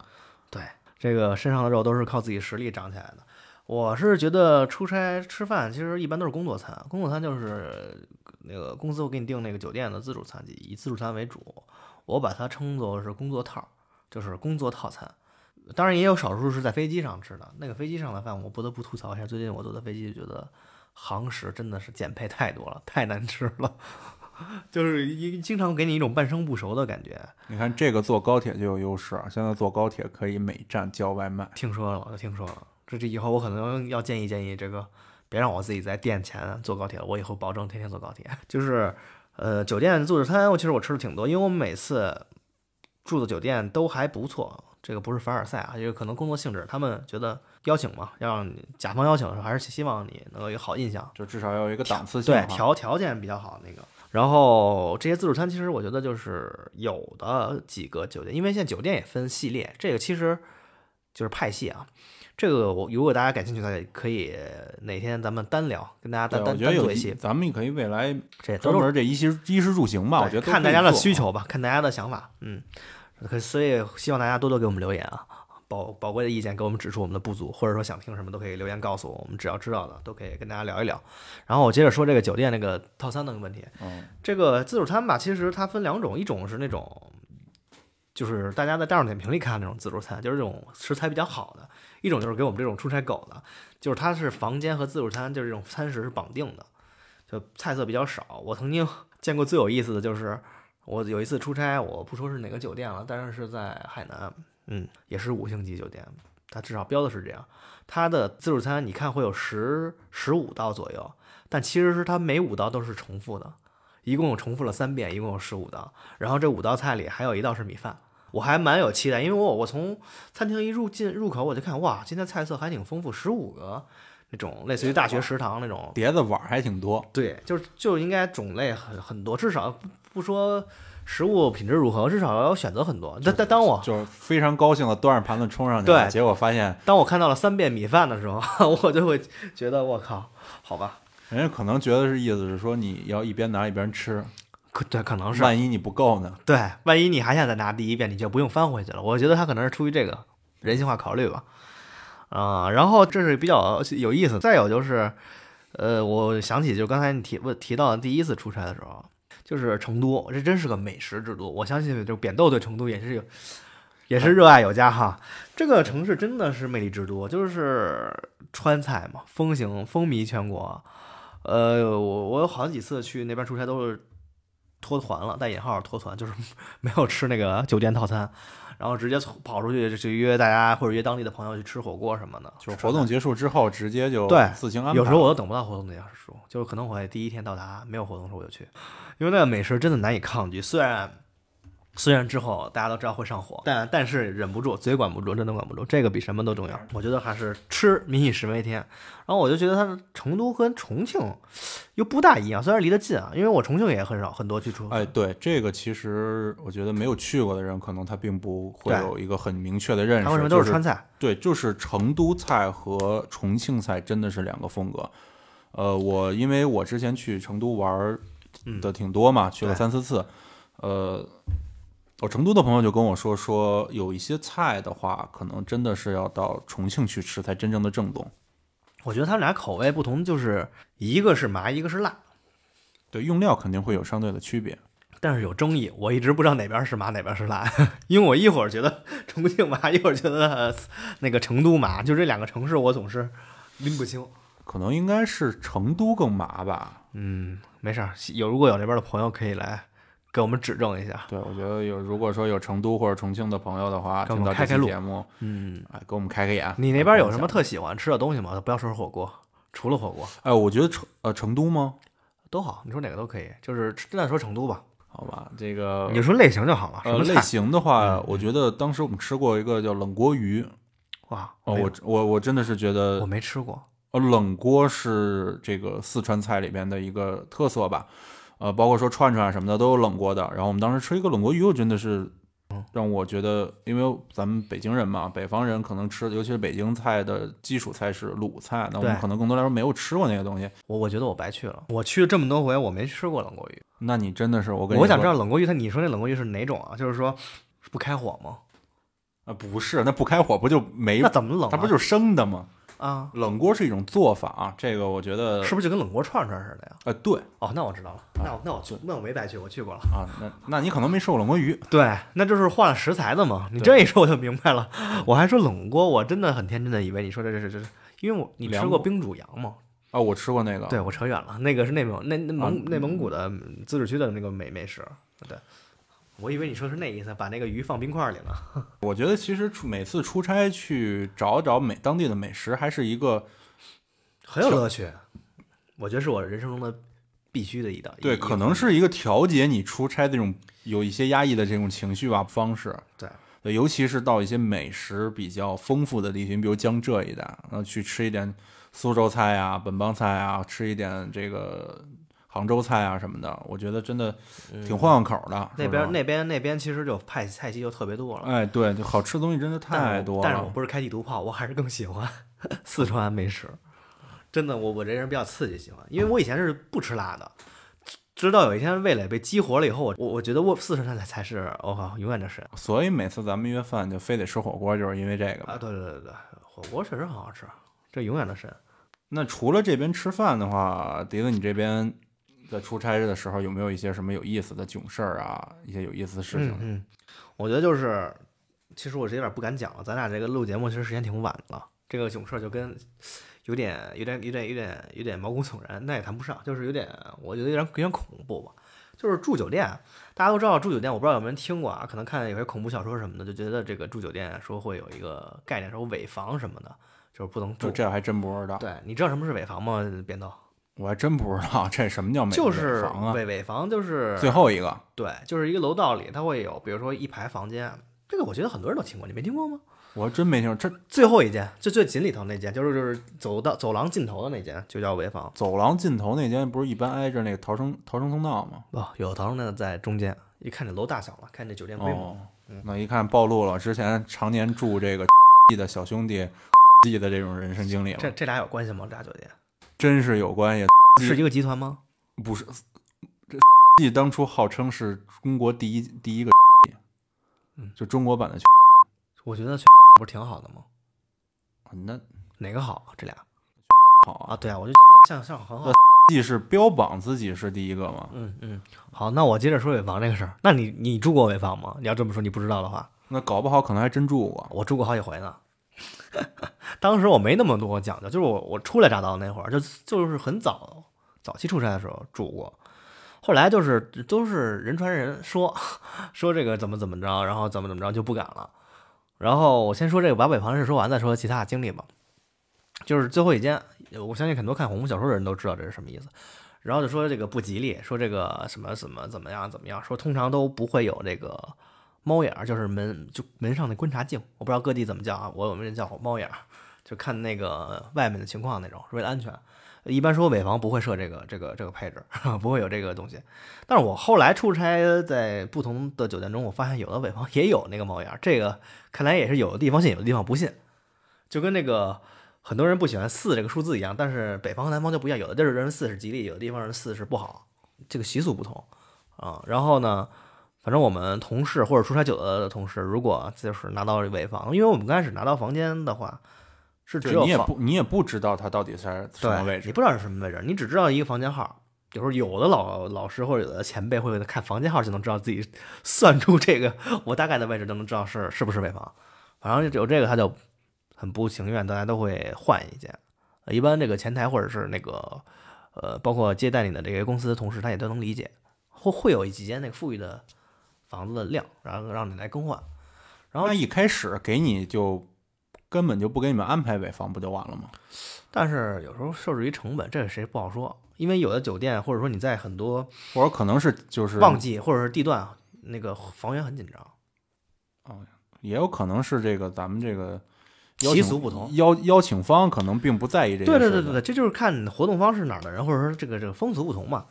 Speaker 2: 对，这个身上的肉都是靠自己实力长起来的。我是觉得出差吃饭其实一般都是工作餐，工作餐就是呃那个公司会给你订那个酒店的自助餐，以自助餐为主。我把它称作是工作套，就是工作套餐。当然也有少数是在飞机上吃的，那个飞机上的饭我不得不吐槽一下，最近我坐的飞机就觉得航食真的是减配太多了，太难吃了， 就是一经常给你一种半生不熟的感觉。
Speaker 1: 你看这个坐高铁就有优势啊！现在坐高铁可以每站叫外卖。
Speaker 2: 听说了，我听说了。这这以后我可能要建议建议这个，别让我自己在店前坐高铁了。我以后保证天天坐高铁。 就是，呃，酒店自助餐，我其实我吃的挺多，因为我每次住的酒店都还不错。这个不是凡尔赛啊，就是可能工作性质，他们觉得邀请嘛，让你甲方邀请的时候，还是希望你能有一个好印象。
Speaker 1: 就至少要有一个档次性
Speaker 2: 对
Speaker 1: 哈。
Speaker 2: 条条件比较好那个。然后这些自助餐其实我觉得就是有的几个酒店，因为现在酒店也分系列，这个其实就是派系啊。这个我如果大家感兴趣，大家可以哪天咱们单聊，跟大家
Speaker 1: 对
Speaker 2: 单
Speaker 1: 我
Speaker 2: 单
Speaker 1: 觉得
Speaker 2: 单
Speaker 1: 有
Speaker 2: 做一
Speaker 1: 一，
Speaker 2: 期，
Speaker 1: 咱们可以未来
Speaker 2: 这都
Speaker 1: 专
Speaker 2: 是
Speaker 1: 门这衣食衣食住行吧，我
Speaker 2: 对
Speaker 1: 觉得都
Speaker 2: 看
Speaker 1: 可
Speaker 2: 大
Speaker 1: 以
Speaker 2: 家的
Speaker 1: 做
Speaker 2: 需求吧，看大家的想法，嗯，可所以希望大家多多给我们留言啊，宝宝贵的意见，给我们指出我们的不足，或者说想听什么都可以留言告诉我，我们只要知道的都可以跟大家聊一聊。然后我接着说这个酒店那个套餐的问题，
Speaker 1: 嗯
Speaker 2: 这个自助餐吧，其实它分两种，一种是那种就是大家在大众点评里看的那种自助餐，就是这种食材比较好的；一种就是给我们这种出差狗的，就是它是房间和自助餐就是这种餐食是绑定的，就菜色比较少。我曾经见过最有意思的就是我有一次出差，我不说是哪个酒店了，但是是在海南，嗯，也是五星级酒店，它至少标的是这样。它的自助餐你看会有十十五道左右，但其实是它每五道都是重复的，一共重复了三遍，一共有十五道。然后这五道菜里还有一道是米饭，我还蛮有期待，因为我我从餐厅一入进入口我就看哇，今天菜色还挺丰富，十五个那种类似于大学食堂那种
Speaker 1: 碟子碗儿还挺多，
Speaker 2: 对，就是就应该种类很很多，至少不不说食物品质如何，至少要选择很多。但但当我
Speaker 1: 就是非常高兴的端着盘子冲上去了，
Speaker 2: 对
Speaker 1: 结果发现
Speaker 2: 当我看到了三遍米饭的时候， 我就会觉得我靠，好吧，
Speaker 1: 人家可能觉得是意思是说你要一边拿一边吃，
Speaker 2: 可对，可哦能是啊
Speaker 1: 万一你不够呢？
Speaker 2: 对，万一你还想再拿第一遍，你就不用翻回去了。我觉得他可能是出于这个人性化考虑吧，啊、然后这是比较有意思。再有就是，呃，我想起就刚才你提问提到第一次出差的时候，就是成都，这真是个美食之都。我相信就扁豆对成都也是有，也是热爱有加哈。这个城市真的是魅力之都，就是川菜嘛，风行风靡全国。呃，我我有好几次去那边出差都是脱团了，带引号脱团，就是 没有吃那个酒店套餐，然后直接从跑出去就去约大家或者约当地的朋友去吃火锅什么的，
Speaker 1: 就
Speaker 2: 吃
Speaker 1: 是
Speaker 2: 川
Speaker 1: 活
Speaker 2: 菜
Speaker 1: 动结束之后直接就
Speaker 2: 对
Speaker 1: 自行安排。
Speaker 2: 有时候我都等不到活动的小时数，就是可能我第一天到达没有活动的时候我就去，因为那个美食真的难以抗拒。虽然虽然之后大家都知道会上火，但但是忍不住，嘴管不住，真的管不住，这个比什么都重要。我觉得还是吃民以食为天。然后我就觉得它的成都跟重庆又不大一样，虽然离得近啊，因为我重庆也很少很多去出，
Speaker 1: 哎，对这个其实我觉得没有去过的人，可能他并不会
Speaker 2: 对
Speaker 1: 有一个很明确的认
Speaker 2: 他为什
Speaker 1: 识，
Speaker 2: 么都
Speaker 1: 就是
Speaker 2: 川菜？
Speaker 1: 对，就是成都菜和重庆菜真的是两个风格。呃，我因为我之前去成都玩儿的挺多嘛，去了
Speaker 2: 嗯对
Speaker 1: 三四次。呃，我成都的朋友就跟我说，说有一些菜的话，可能真的是要到重庆去吃才真正的正宗。
Speaker 2: 我觉得他们俩口味不同，就是一个是麻，一个是辣。
Speaker 1: 对，用料肯定会有相对的区别。
Speaker 2: 但是有争议，我一直不知道哪边是麻哪边是辣， 因为我一会儿觉得重庆麻，一会儿觉得呃那个成都麻，就这两个城市我总是拎不清。
Speaker 1: 可能应该是成都更麻吧。
Speaker 2: 嗯，没事儿，有如果有那边的朋友可以来给我们指正一下。
Speaker 1: 对，我觉得有，如果说有成都或者重庆的朋友的话，
Speaker 2: 给我
Speaker 1: 听
Speaker 2: 们
Speaker 1: 到
Speaker 2: 开
Speaker 1: 这
Speaker 2: 开
Speaker 1: 期
Speaker 2: 路
Speaker 1: 节目，
Speaker 2: 嗯，
Speaker 1: 哎，给我们开开眼。
Speaker 2: 你那边有什么
Speaker 1: 讲
Speaker 2: 特喜欢吃的东西吗？不要说是火锅，除了火锅
Speaker 1: 哎，我觉得成呃成都吗？
Speaker 2: 都好，你说哪个都可以，就是吃那说成都吧，
Speaker 1: 好吧，这个
Speaker 2: 你就说类型就好了。什
Speaker 1: 呃嗯
Speaker 2: 么
Speaker 1: 类
Speaker 2: 菜？
Speaker 1: 型的话，我觉得当时我们吃过一个叫冷锅鱼。
Speaker 2: 哇，
Speaker 1: 哦，
Speaker 2: 没有
Speaker 1: 我我我真的是觉
Speaker 2: 我
Speaker 1: 得，
Speaker 2: 没吃过。
Speaker 1: 呃，冷锅是这个四川菜里边的一个特色吧，呃，包括说串串啊什么的都有冷锅的。然后我们当时吃一个冷锅鱼，我真的是让我觉得，因为咱们北京人嘛，北方人可能吃，尤其是北京菜的基础菜是鲁菜，那我们
Speaker 2: 对
Speaker 1: 可能更多来说没有吃过那个东西。
Speaker 2: 我我觉得我白去了，我去这么多回，我没吃过冷锅鱼。
Speaker 1: 那你真的是我跟你
Speaker 2: 我想知
Speaker 1: 说
Speaker 2: 道冷锅鱼，它你说那冷锅鱼是哪种啊？就是说是不开火吗？
Speaker 1: 啊，不是，那不开火不就没
Speaker 2: 那，怎么冷、啊？
Speaker 1: 它不就是生的吗？
Speaker 2: 啊？
Speaker 1: 冷锅是一种做法啊，这个我觉得
Speaker 2: 是不是就跟冷锅串串似的呀？
Speaker 1: 呃对
Speaker 2: 哦，那我知道了，那我那我去，那我没白去，我去过了。
Speaker 1: 啊，那那你可能没吃过冷锅鱼，
Speaker 2: 对，那就是换了食材的嘛。你这一说我就明白了。我还说冷锅，我真的很天真的以为你说这这是这是，因为我你吃
Speaker 1: 凉
Speaker 2: 过
Speaker 1: 锅
Speaker 2: 冰煮羊吗？
Speaker 1: 啊，我吃过那个，
Speaker 2: 对，我扯远了，那个是内蒙那那蒙、
Speaker 1: 啊
Speaker 2: 内蒙古的嗯自治区的那个美美食。对，我以为你说是那意思，把那个鱼放冰块里呢。
Speaker 1: 我觉得其实出每次出差去找找美当地的美食，还是一个
Speaker 2: 很有乐趣。我觉得是我人生中的必须的一道。一
Speaker 1: 对，
Speaker 2: 一
Speaker 1: 可能是一个调节你出差这种有一些压抑的这种情绪吧方式。
Speaker 2: 对
Speaker 1: 对，尤其是到一些美食比较丰富的地区，比如江浙一带，然后去吃一点苏州菜啊、本帮菜啊，吃一点这个杭州菜啊什么的，我觉得真的挺换换口的。
Speaker 2: 嗯
Speaker 1: 说
Speaker 2: 那
Speaker 1: 实
Speaker 2: 边
Speaker 1: 话
Speaker 2: 那边那边其实就派菜系就特别多了，
Speaker 1: 哎，对，就好吃的东西真的
Speaker 2: 但
Speaker 1: 太
Speaker 2: 是
Speaker 1: 多
Speaker 2: 我
Speaker 1: 了。
Speaker 2: 但是我不是开地图炮，我还是更喜欢 四川美食。真的，我我这人比较刺激，喜欢，因为我以前是不吃辣的，直到有一天味蕾被激活了以后，我我觉得沃四神他才才是我靠、永远的神
Speaker 1: 所以每次咱们约饭就非得吃火锅，就是因为这个吧。
Speaker 2: 啊！对对对对，火锅确实很好吃，这永远的神。
Speaker 1: 那除了这边吃饭的话，迪子你这边在出差的时候有没有一些什么有意思的囧事儿啊？一些有意思的事情？
Speaker 2: 嗯嗯，我觉得就是，其实我是有点不敢讲了。咱俩这个录节目其实时间挺晚了，这个囧事儿就跟有点、有点、有点、有点、有点毛骨悚然，那也谈不上，就是有点，我觉得有点有点恐怖吧。就是住酒店，大家都知道住酒店，我不知道有没有人听过啊？可能看有些恐怖小说什么的，就觉得这个住酒店说会有一个概念，说尾房什么的，就是不能
Speaker 1: 就
Speaker 2: 住。
Speaker 1: 这还真不知道，
Speaker 2: 对，你知道什么是尾房吗？扁豆
Speaker 1: 我还真不知道这什么叫美
Speaker 2: 就是
Speaker 1: 房啊。
Speaker 2: 尾尾房，就是
Speaker 1: 最后一个
Speaker 2: 对，就是一个楼道里，它会有，比如说一排房间，啊这个我觉得很多人都听过，你没听过吗？
Speaker 1: 我还真没听说，这
Speaker 2: 最后一间，就最紧里头那间，就是就是走到走廊尽头的那间，就叫潍坊。
Speaker 1: 走廊尽头那间不是一般挨着那个逃生逃生通道吗？
Speaker 2: 哦，有头呢，在中间。一看这楼大小了，看这酒店规模，
Speaker 1: 哦，
Speaker 2: 嗯
Speaker 1: 那一看暴露了之前常年住这个 的小兄弟 的这种人生经历了
Speaker 2: 这，这俩有关系吗？这俩酒店
Speaker 1: 真是有关系。嗯
Speaker 2: 是一个集团吗？
Speaker 1: 不是，这当初号称是中国第一第一个，
Speaker 2: 嗯
Speaker 1: 就中国版的。
Speaker 2: 我觉得去不是挺好的吗？
Speaker 1: 那
Speaker 2: 哪个好？啊这俩
Speaker 1: 好
Speaker 2: 啊，
Speaker 1: 啊，
Speaker 2: 对啊， 我就像像很好
Speaker 1: 呃。既是标榜自己是第一个嘛，
Speaker 2: 嗯嗯，好，那我接着说潍坊这个事儿。那你你住过潍坊吗？你要这么说，你不知道的话，
Speaker 1: 那搞不好可能还真住过。
Speaker 2: 我住过好几回呢。 当时我没那么多讲究，就是我我初来乍到那会儿，就就是很早早期出差的时候住过。后来就是都是人传人说 说这个怎么怎么着，然后怎么怎么着就不敢了。然后我先说这个把北方事说完，再说其他的经历吧。就是最后一间，我相信很多看恐怖小说的人都知道这是什么意思。然后就说这个不吉利，说这个什么什么怎么样怎么样，说通常都不会有这个猫眼儿，就是门就门上的观察镜，我不知道各地怎么叫啊，我我们这叫猫眼儿，就看那个外面的情况那种，是为了安全。一般说尾房不会设这个这个这个配置， 不会有这个东西。但是我后来出差在不同的酒店中，我发现有的尾房也有那个猫眼儿，这个看来也是有的地方信，有的地方不信，就跟那个。很多人不喜欢四这个数字一样，但是北方和南方就不一样，有的地儿认为四是吉利，有的地方认为四是不好，这个习俗不同啊、然后呢，反正我们同事或者出差久了的同事，如果就是拿到尾房，因为我们刚开始拿到房间的话，是只
Speaker 1: 就
Speaker 2: 有
Speaker 1: 你也
Speaker 2: 房
Speaker 1: 不你也不知道它到底在什么位
Speaker 2: 对，你
Speaker 1: 置，
Speaker 2: 不知道是什么位置，你只知道一个房间号。有时候有的老老师或者有的前辈会看房间号就能知道自己算出这个我大概的位置就能知道是是不是尾房，反正有这个他就很不情愿，大家都会换一间。呃一般这个前台或者是那个呃，包括接待你的这个公司的同事，他也都能理解，会会有几间那个富裕的房子的量，然后让你来更换。然后
Speaker 1: 那一开始给你就根本就不给你们安排尾房，不就完了吗？
Speaker 2: 但是有时候受制于成本，这个谁不好说，因为有的酒店或者说你在很多
Speaker 1: 或者可能是就是
Speaker 2: 旺季或者是地段，啊那个房源很紧张。
Speaker 1: 也有可能是这个咱们这个邀
Speaker 2: 习
Speaker 1: 请
Speaker 2: 俗不同
Speaker 1: 邀邀请方可能并不在意这
Speaker 2: 对
Speaker 1: 件
Speaker 2: 对
Speaker 1: 事
Speaker 2: 对
Speaker 1: 情。
Speaker 2: 对对，这就是看活动方是哪儿的人，或者说这个这个风俗不同嘛。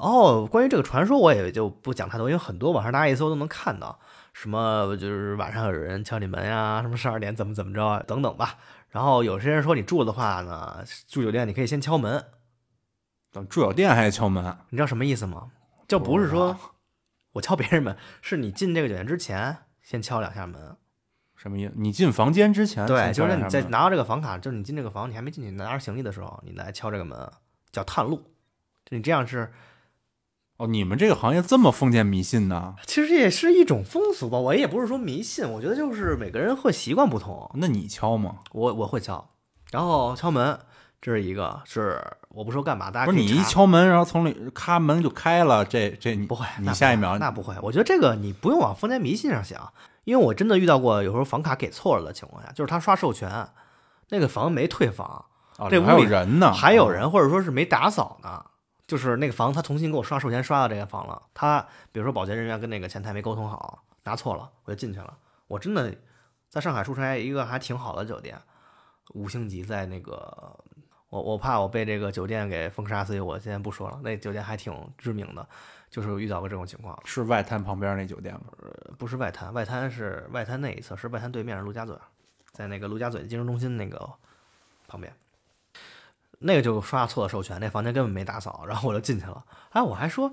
Speaker 2: 然后关于这个传说，我也就不讲太多，因为很多网上大家一搜都能看到，什么就是晚上有人敲你门呀，什么十二点怎么怎么着啊等等吧。然后有些人说你住的话呢，住酒店你可以先敲门，
Speaker 1: 怎么住酒店还得敲门？
Speaker 2: 你知道什么意思吗？就不是说我敲别人门，是你进这个酒店之前先敲两下门，
Speaker 1: 什么意思？你进房间之前
Speaker 2: 对，
Speaker 1: 先敲
Speaker 2: 就
Speaker 1: 一
Speaker 2: 是
Speaker 1: 下
Speaker 2: 你在
Speaker 1: 门
Speaker 2: 拿到这个房卡，就是你进这个房，你还没进去拿着行李的时候，你来敲这个门，叫探路。就你这样是，
Speaker 1: 哦，你们这个行业这么封建迷信呢？
Speaker 2: 其实也是一种风俗吧。我也不是说迷信，我觉得就是每个人会习惯不同。
Speaker 1: 那你敲吗？
Speaker 2: 我我会敲，然后敲门，这是一个，是我不说干嘛，大家
Speaker 1: 不是
Speaker 2: 可
Speaker 1: 你
Speaker 2: 以
Speaker 1: 一
Speaker 2: 查，
Speaker 1: 敲门，然后从里咔门就开了，这这你
Speaker 2: 不会，
Speaker 1: 你
Speaker 2: 那
Speaker 1: 下
Speaker 2: 不
Speaker 1: 一
Speaker 2: 会
Speaker 1: 秒
Speaker 2: 那不会。我觉得这个你不用往封建迷信上想，因为我真的遇到过有时候房卡给错了的情况下，就是他刷授权，那个房没退房。
Speaker 1: 哦
Speaker 2: 这
Speaker 1: 里面还
Speaker 2: 屋
Speaker 1: 有
Speaker 2: 里
Speaker 1: 人呢，哦
Speaker 2: 还有人或者说是没打扫呢，就是那个房他重新给我刷授权刷到这个房了，他比如说保洁人员跟那个前台没沟通好，拿错了，我就进去了。我真的在上海出差，一个还挺好的酒店，五星级，在那个我我怕我被这个酒店给封杀，所以我现在不说了。那酒店还挺知名的，就是遇到过这种情况，
Speaker 1: 是外滩旁边那酒店吗？
Speaker 2: 不是外滩，外滩是外滩那一侧，是外滩对面是陆家嘴，在那个陆家嘴金融中心那个旁边。那个就刷错了授权，那房间根本没打扫，然后我就进去了。哎，我还说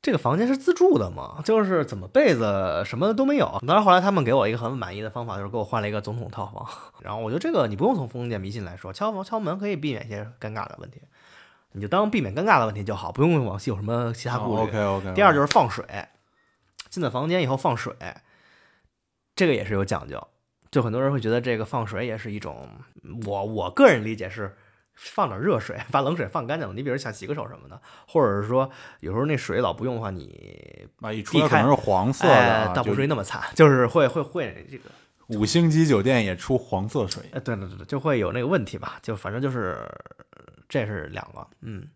Speaker 2: 这个房间是自助的吗？就是怎么被子什么都没有。当然后来他们给我一个很满意的方法，就是给我换了一个总统套房。 然后我觉得这个你不用从封建迷信来说，敲门敲门可以避免一些尴尬的问题，你就当避免尴尬的问题就好，不用往细有什么其他顾虑。
Speaker 1: 哦 OK OK。
Speaker 2: 第二就是是放水，进了房间以后放水，这个也是有讲究。就很多人会觉得这个放水也是一种，我我个人理解是放点热水，把冷水放干净了。你比如想洗个手什么的，或者是说有时候那水老不用的话，你
Speaker 1: 啊，一出来
Speaker 2: 避
Speaker 1: 可
Speaker 2: 开
Speaker 1: 能是黄色的
Speaker 2: 哎
Speaker 1: 啊，
Speaker 2: 倒不
Speaker 1: 就
Speaker 2: 至于那么惨，就是会会会这个
Speaker 1: 五星级酒店也出黄色水。
Speaker 2: 呃，对对对，对就会有那个问题吧。就反正就是这是两个，嗯，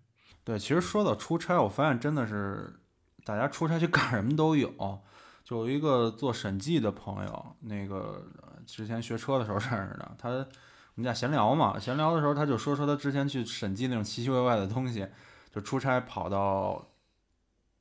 Speaker 1: 对，其实说到出差，我发现真的是大家出差去干什么都有。就有一个做审计的朋友，那个呃之前学车的时候认识的，他我们俩闲聊嘛，闲聊的时候他就说说他之前去审计那种奇奇怪怪的东西，就出差跑到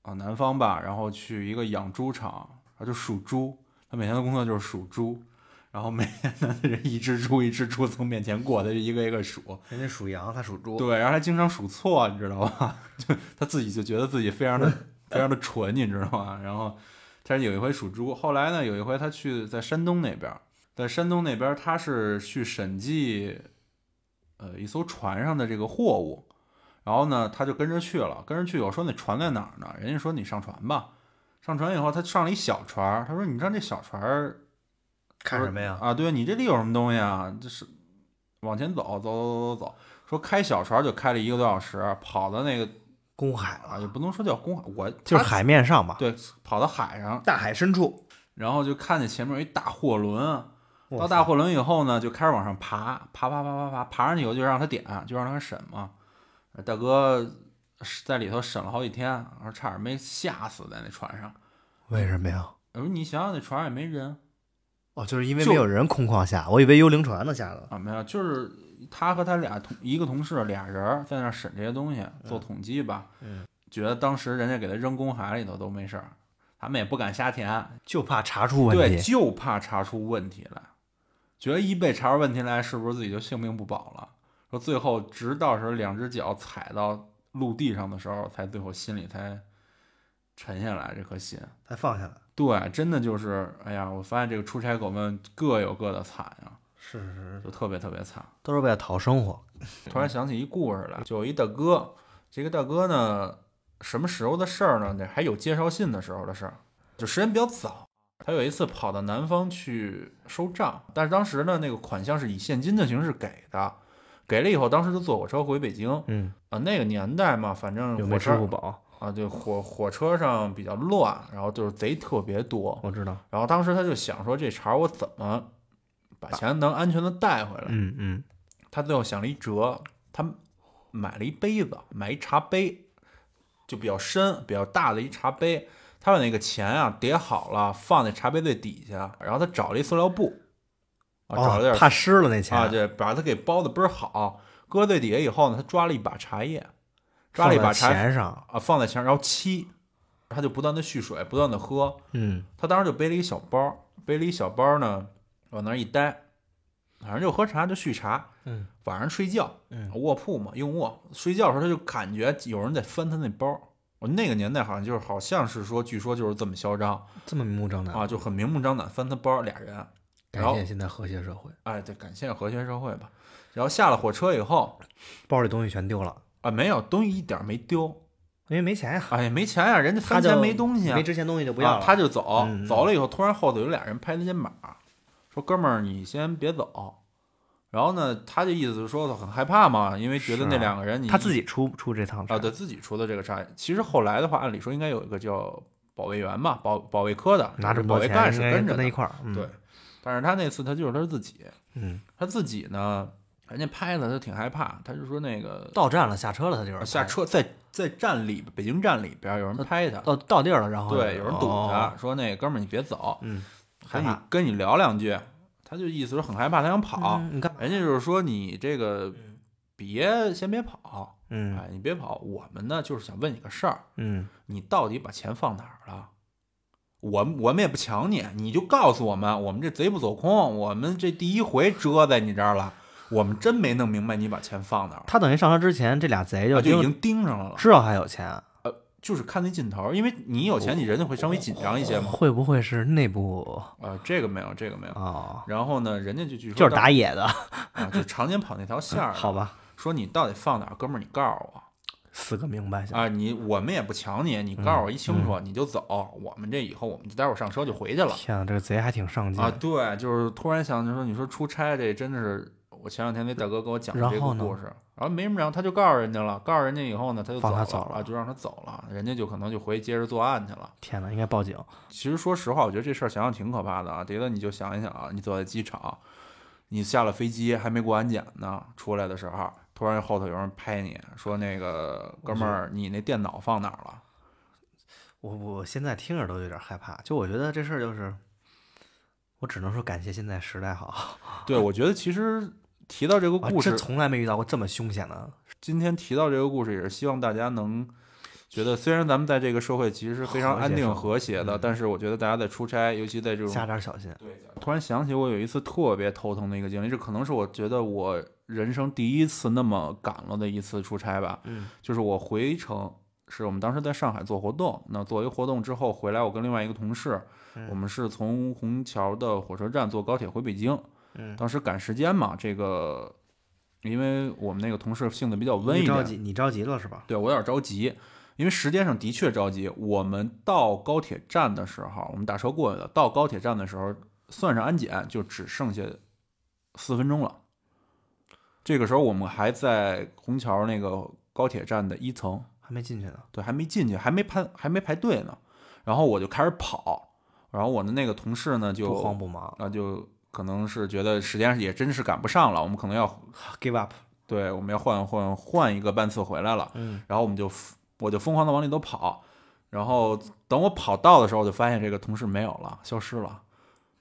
Speaker 1: 啊南方吧，然后去一个养猪场，他就数猪，他每天的工作就是数猪。然后每天呢，这一只猪一只猪从面前过，他就一个一个数，
Speaker 2: 人家属羊，他属猪，
Speaker 1: 对，然后还经常数错，你知道吧？ 就他自己就觉得自己非常的非常的蠢，你知道吗？然后，但是有一回数猪，后来呢，有一回他去在山东那边儿，在山东那边儿他是去审计，呃，一艘船上的这个货物，然后呢，他就跟着去了，跟着去，我说那船在哪儿呢？人家说你上船吧。上船以后，他上了一小船儿，他说：“你上这小船儿
Speaker 2: 看什么呀？
Speaker 1: 啊，对你这里有什么东西啊？这是往前走，走走走走走。说开小船就开了一个多小时，跑到那个
Speaker 2: 公海
Speaker 1: 啊，
Speaker 2: 了，
Speaker 1: 也不能说叫公海，我
Speaker 2: 就是
Speaker 1: 他
Speaker 2: 海面上吧，
Speaker 1: 对，跑到海上，
Speaker 2: 大海深处。
Speaker 1: 然后就看见前面有一大货轮。
Speaker 2: 哇
Speaker 1: 到
Speaker 2: 塞
Speaker 1: 大货轮以后呢，就开始往上爬，爬爬爬爬爬，爬上去以后就让他点，就让他审嘛。呃大哥是在里头审了好几天，然后差点没吓死在那船上。
Speaker 2: 为什么呀？
Speaker 1: 我说你想想，那船上也没人，
Speaker 2: 哦，就是因为
Speaker 1: 就
Speaker 2: 没有人空旷下，我以为幽灵船呢下的。
Speaker 1: 啊，没有，就是他和他俩同一个同事俩人儿在那儿审这些东西，做统计吧。
Speaker 2: 嗯
Speaker 1: 觉得当时人家给他扔公海里头都没事儿，他们也不敢瞎填，
Speaker 2: 就怕查出
Speaker 1: 对，。就怕查出问题来，觉得一被查出问题来，是不是自己就性命不保了？说最后直到是两只脚踩到陆地上的时候，才最后心里才沉下来这颗心。
Speaker 2: 才放下来。
Speaker 1: 对，真的就是，哎呀，我发现这个出差狗们各有各的惨呀、
Speaker 2: 是是是，
Speaker 1: 就特别特别惨。
Speaker 2: 都是为了讨生活。
Speaker 1: 突然想起一故事来，就有一大哥，这个大哥呢，什么时候的事儿呢？那还有介绍信的时候的事儿，就时间比较早。他有一次跑到南方去收账，但是当时呢，那个款项是以现金的形式给的，给了以后，当时就坐火车回北京
Speaker 2: 嗯，
Speaker 1: 啊。那个年代嘛，反正
Speaker 2: 有没
Speaker 1: 火
Speaker 2: 有支
Speaker 1: 车
Speaker 2: 付宝？
Speaker 1: 啊，对火火车上比较乱，然后就是贼特别多。
Speaker 2: 我知道。
Speaker 1: 然后当时他就想说，这茬儿我怎么把钱能安全的带回来？
Speaker 2: 嗯嗯，
Speaker 1: 他最后想了一辙，他买了一杯子，买一茶杯，就比较深、比较大的一茶杯。他把那个钱啊叠好了，放在茶杯最底下，然后他找了一塑料布，啊，找了点、
Speaker 2: 哦怕湿了那钱
Speaker 1: 啊，，对，把它给包的倍儿好。搁最底下以后呢，他抓了一把茶叶，抓了一把
Speaker 2: 放在
Speaker 1: 茶
Speaker 2: 钱上。
Speaker 1: 啊，放在墙上，然后沏，他就不断的蓄水，不断的喝，
Speaker 2: 嗯，
Speaker 1: 他当时就背了一小包，背了一小包呢，往那儿一待，反正就喝茶就续茶，
Speaker 2: 嗯，
Speaker 1: 晚上睡觉，
Speaker 2: 嗯，
Speaker 1: 卧铺嘛，硬卧，睡觉的时候他就感觉有人在翻他那包。我那个年代好像就是好像是说，据说就是这么嚣张
Speaker 2: 嗯这么明目张胆。
Speaker 1: 啊，就很明目张胆翻他包，俩人，
Speaker 2: 感
Speaker 1: 然后
Speaker 2: 谢现在和谐社会，
Speaker 1: 哎，得感谢和谐社会吧。然后下了火车以后
Speaker 2: 包里东西全丢了，
Speaker 1: 啊，没有东西一点没丢，
Speaker 2: 因为没钱呀，
Speaker 1: 哎呀没钱呀、人家
Speaker 2: 他
Speaker 1: 翻
Speaker 2: 就
Speaker 1: 钱没东西啊
Speaker 2: 没，值钱东西就不
Speaker 1: 啊
Speaker 2: 要了。
Speaker 1: 他就走，
Speaker 2: 嗯
Speaker 1: 走了以后，突然后头有俩人拍他肩膀，说：“哥们儿，你先别走。”然后呢，他的意思是说很害怕嘛，因为觉得
Speaker 2: 是啊
Speaker 1: 那两个人你
Speaker 2: 他自己出出这趟
Speaker 1: 啊，对自己出的这个差。其实后来的话，按理说应该有一个叫保卫员吧，保保卫科的，
Speaker 2: 拿这么
Speaker 1: 保
Speaker 2: 多
Speaker 1: 卫
Speaker 2: 钱，
Speaker 1: 干事
Speaker 2: 应该
Speaker 1: 跟着
Speaker 2: 他一
Speaker 1: 的
Speaker 2: 块儿。嗯
Speaker 1: 对，，但是他那次他就是他自己，
Speaker 2: 嗯，
Speaker 1: 他自己呢，人家拍他，他挺害怕，他就说那个
Speaker 2: 到站了，下车了，他就是
Speaker 1: 下车在在站里北京站里边有人拍他，
Speaker 2: 到哦到地儿了，然后
Speaker 1: 对，有人堵他
Speaker 2: 哦，
Speaker 1: 说那哥们儿你别走，
Speaker 2: 嗯，害
Speaker 1: 跟你
Speaker 2: 怕。
Speaker 1: 跟你聊两句，他就意思是很害怕，他想跑，
Speaker 2: 嗯，你看，
Speaker 1: 人家就是说你这个
Speaker 2: 嗯
Speaker 1: 别先别跑，
Speaker 2: 嗯
Speaker 1: 哎，你别跑，我们呢就是想问你个事儿，
Speaker 2: 嗯，
Speaker 1: 你到底把钱放哪儿了？我们我们也不抢你，你就告诉我们，我们这贼不走空，我们这第一回折在你这儿了，我们真没弄明白你把钱放哪儿了，
Speaker 2: 他等于上车之前，这俩贼
Speaker 1: 啊
Speaker 2: 就
Speaker 1: 就已
Speaker 2: 盯
Speaker 1: 经盯上了了，
Speaker 2: 知道他有钱，
Speaker 1: 就是看那劲头儿，因为你有钱，你人就会稍微紧张一些嘛。
Speaker 2: 会不会是内部
Speaker 1: 啊，这个没有，这个没有。
Speaker 2: 哦，
Speaker 1: 然后呢，人家就据说
Speaker 2: 就是
Speaker 1: 当
Speaker 2: 打野的，
Speaker 1: 啊，就常年跑那条线儿，
Speaker 2: 好吧？
Speaker 1: 说你到底放哪儿，哥们儿，你告诉我。
Speaker 2: 死个明白行。
Speaker 1: 啊，你我们也不抢你，你告诉我一清
Speaker 2: 嗯
Speaker 1: 楚，你就走。我们这以后，我们就待会儿上车就回去了
Speaker 2: 天啊，这个贼还挺上进
Speaker 1: 啊。对，就是突然想，就说你说出差这真的是，我前两天那大哥给我讲
Speaker 2: 然
Speaker 1: 这个
Speaker 2: 后呢
Speaker 1: 故事，然后没什么然后，他就告诉人家了，告诉人家以后呢，他就
Speaker 2: 放他
Speaker 1: 走
Speaker 2: 走
Speaker 1: 啊，就让他走了，人家就可能就回去接着作案去了。
Speaker 2: 天哪，应该报警。
Speaker 1: 其实说实话，我觉得这事儿想想挺可怕的啊。迪得你就想一想啊，你走在机场，你下了飞机还没过安检呢，出来的时候，突然后头有人拍你说那个哥们儿，你那电脑放哪儿了？
Speaker 2: 我我现在听着都有点害怕，就我觉得这事儿就是，我只能说感谢现在时代好，
Speaker 1: 对，我觉得其实提到这个
Speaker 2: 我
Speaker 1: 故事
Speaker 2: 真，从来没遇到过啊这么凶险的。
Speaker 1: 今天提到这个故事，也是希望大家能觉得，虽然咱们在这个社会其实是非常
Speaker 2: 和谐
Speaker 1: 安定
Speaker 2: 生活
Speaker 1: 和谐的，
Speaker 2: 嗯
Speaker 1: 但是我觉得大家在出差，尤其在这种
Speaker 2: 加点小心，
Speaker 1: 突然想起我有一次特别头疼的一个经历，这可能是我觉得我人生第一次那么赶了的一次出差吧。
Speaker 2: 嗯，
Speaker 1: 就是我回程，是我们当时在上海做活动，那做一个活动之后回来，我跟另外一个同事，
Speaker 2: 嗯
Speaker 1: 我们是从虹桥的火车站坐高铁回北京。
Speaker 2: 嗯，
Speaker 1: 当时赶时间嘛，这个因为我们那个同事性子比较温一
Speaker 2: 你着
Speaker 1: 点，
Speaker 2: 急，你着急了是吧？
Speaker 1: 对我有点着急，因为时间上的确着急。我们到高铁站的时候，我们打车过去的，到高铁站的时候，算上安检就只剩下四分钟了。这个时候我们还在虹桥那个高铁站的一层，
Speaker 2: 还没进去呢，
Speaker 1: 对，还没进去，还没排，还没排队呢。然后我就开始跑，然后我的那个同事呢就
Speaker 2: 不慌不忙
Speaker 1: 那就可能是觉得时间也真是赶不上了，我们可能要
Speaker 2: ，give up，
Speaker 1: 对我们要换换换一个班次回来了，
Speaker 2: 嗯，
Speaker 1: 然后我们就我就疯狂的往里头跑，然后等我跑到的时候，我就发现这个同事没有了，消失了，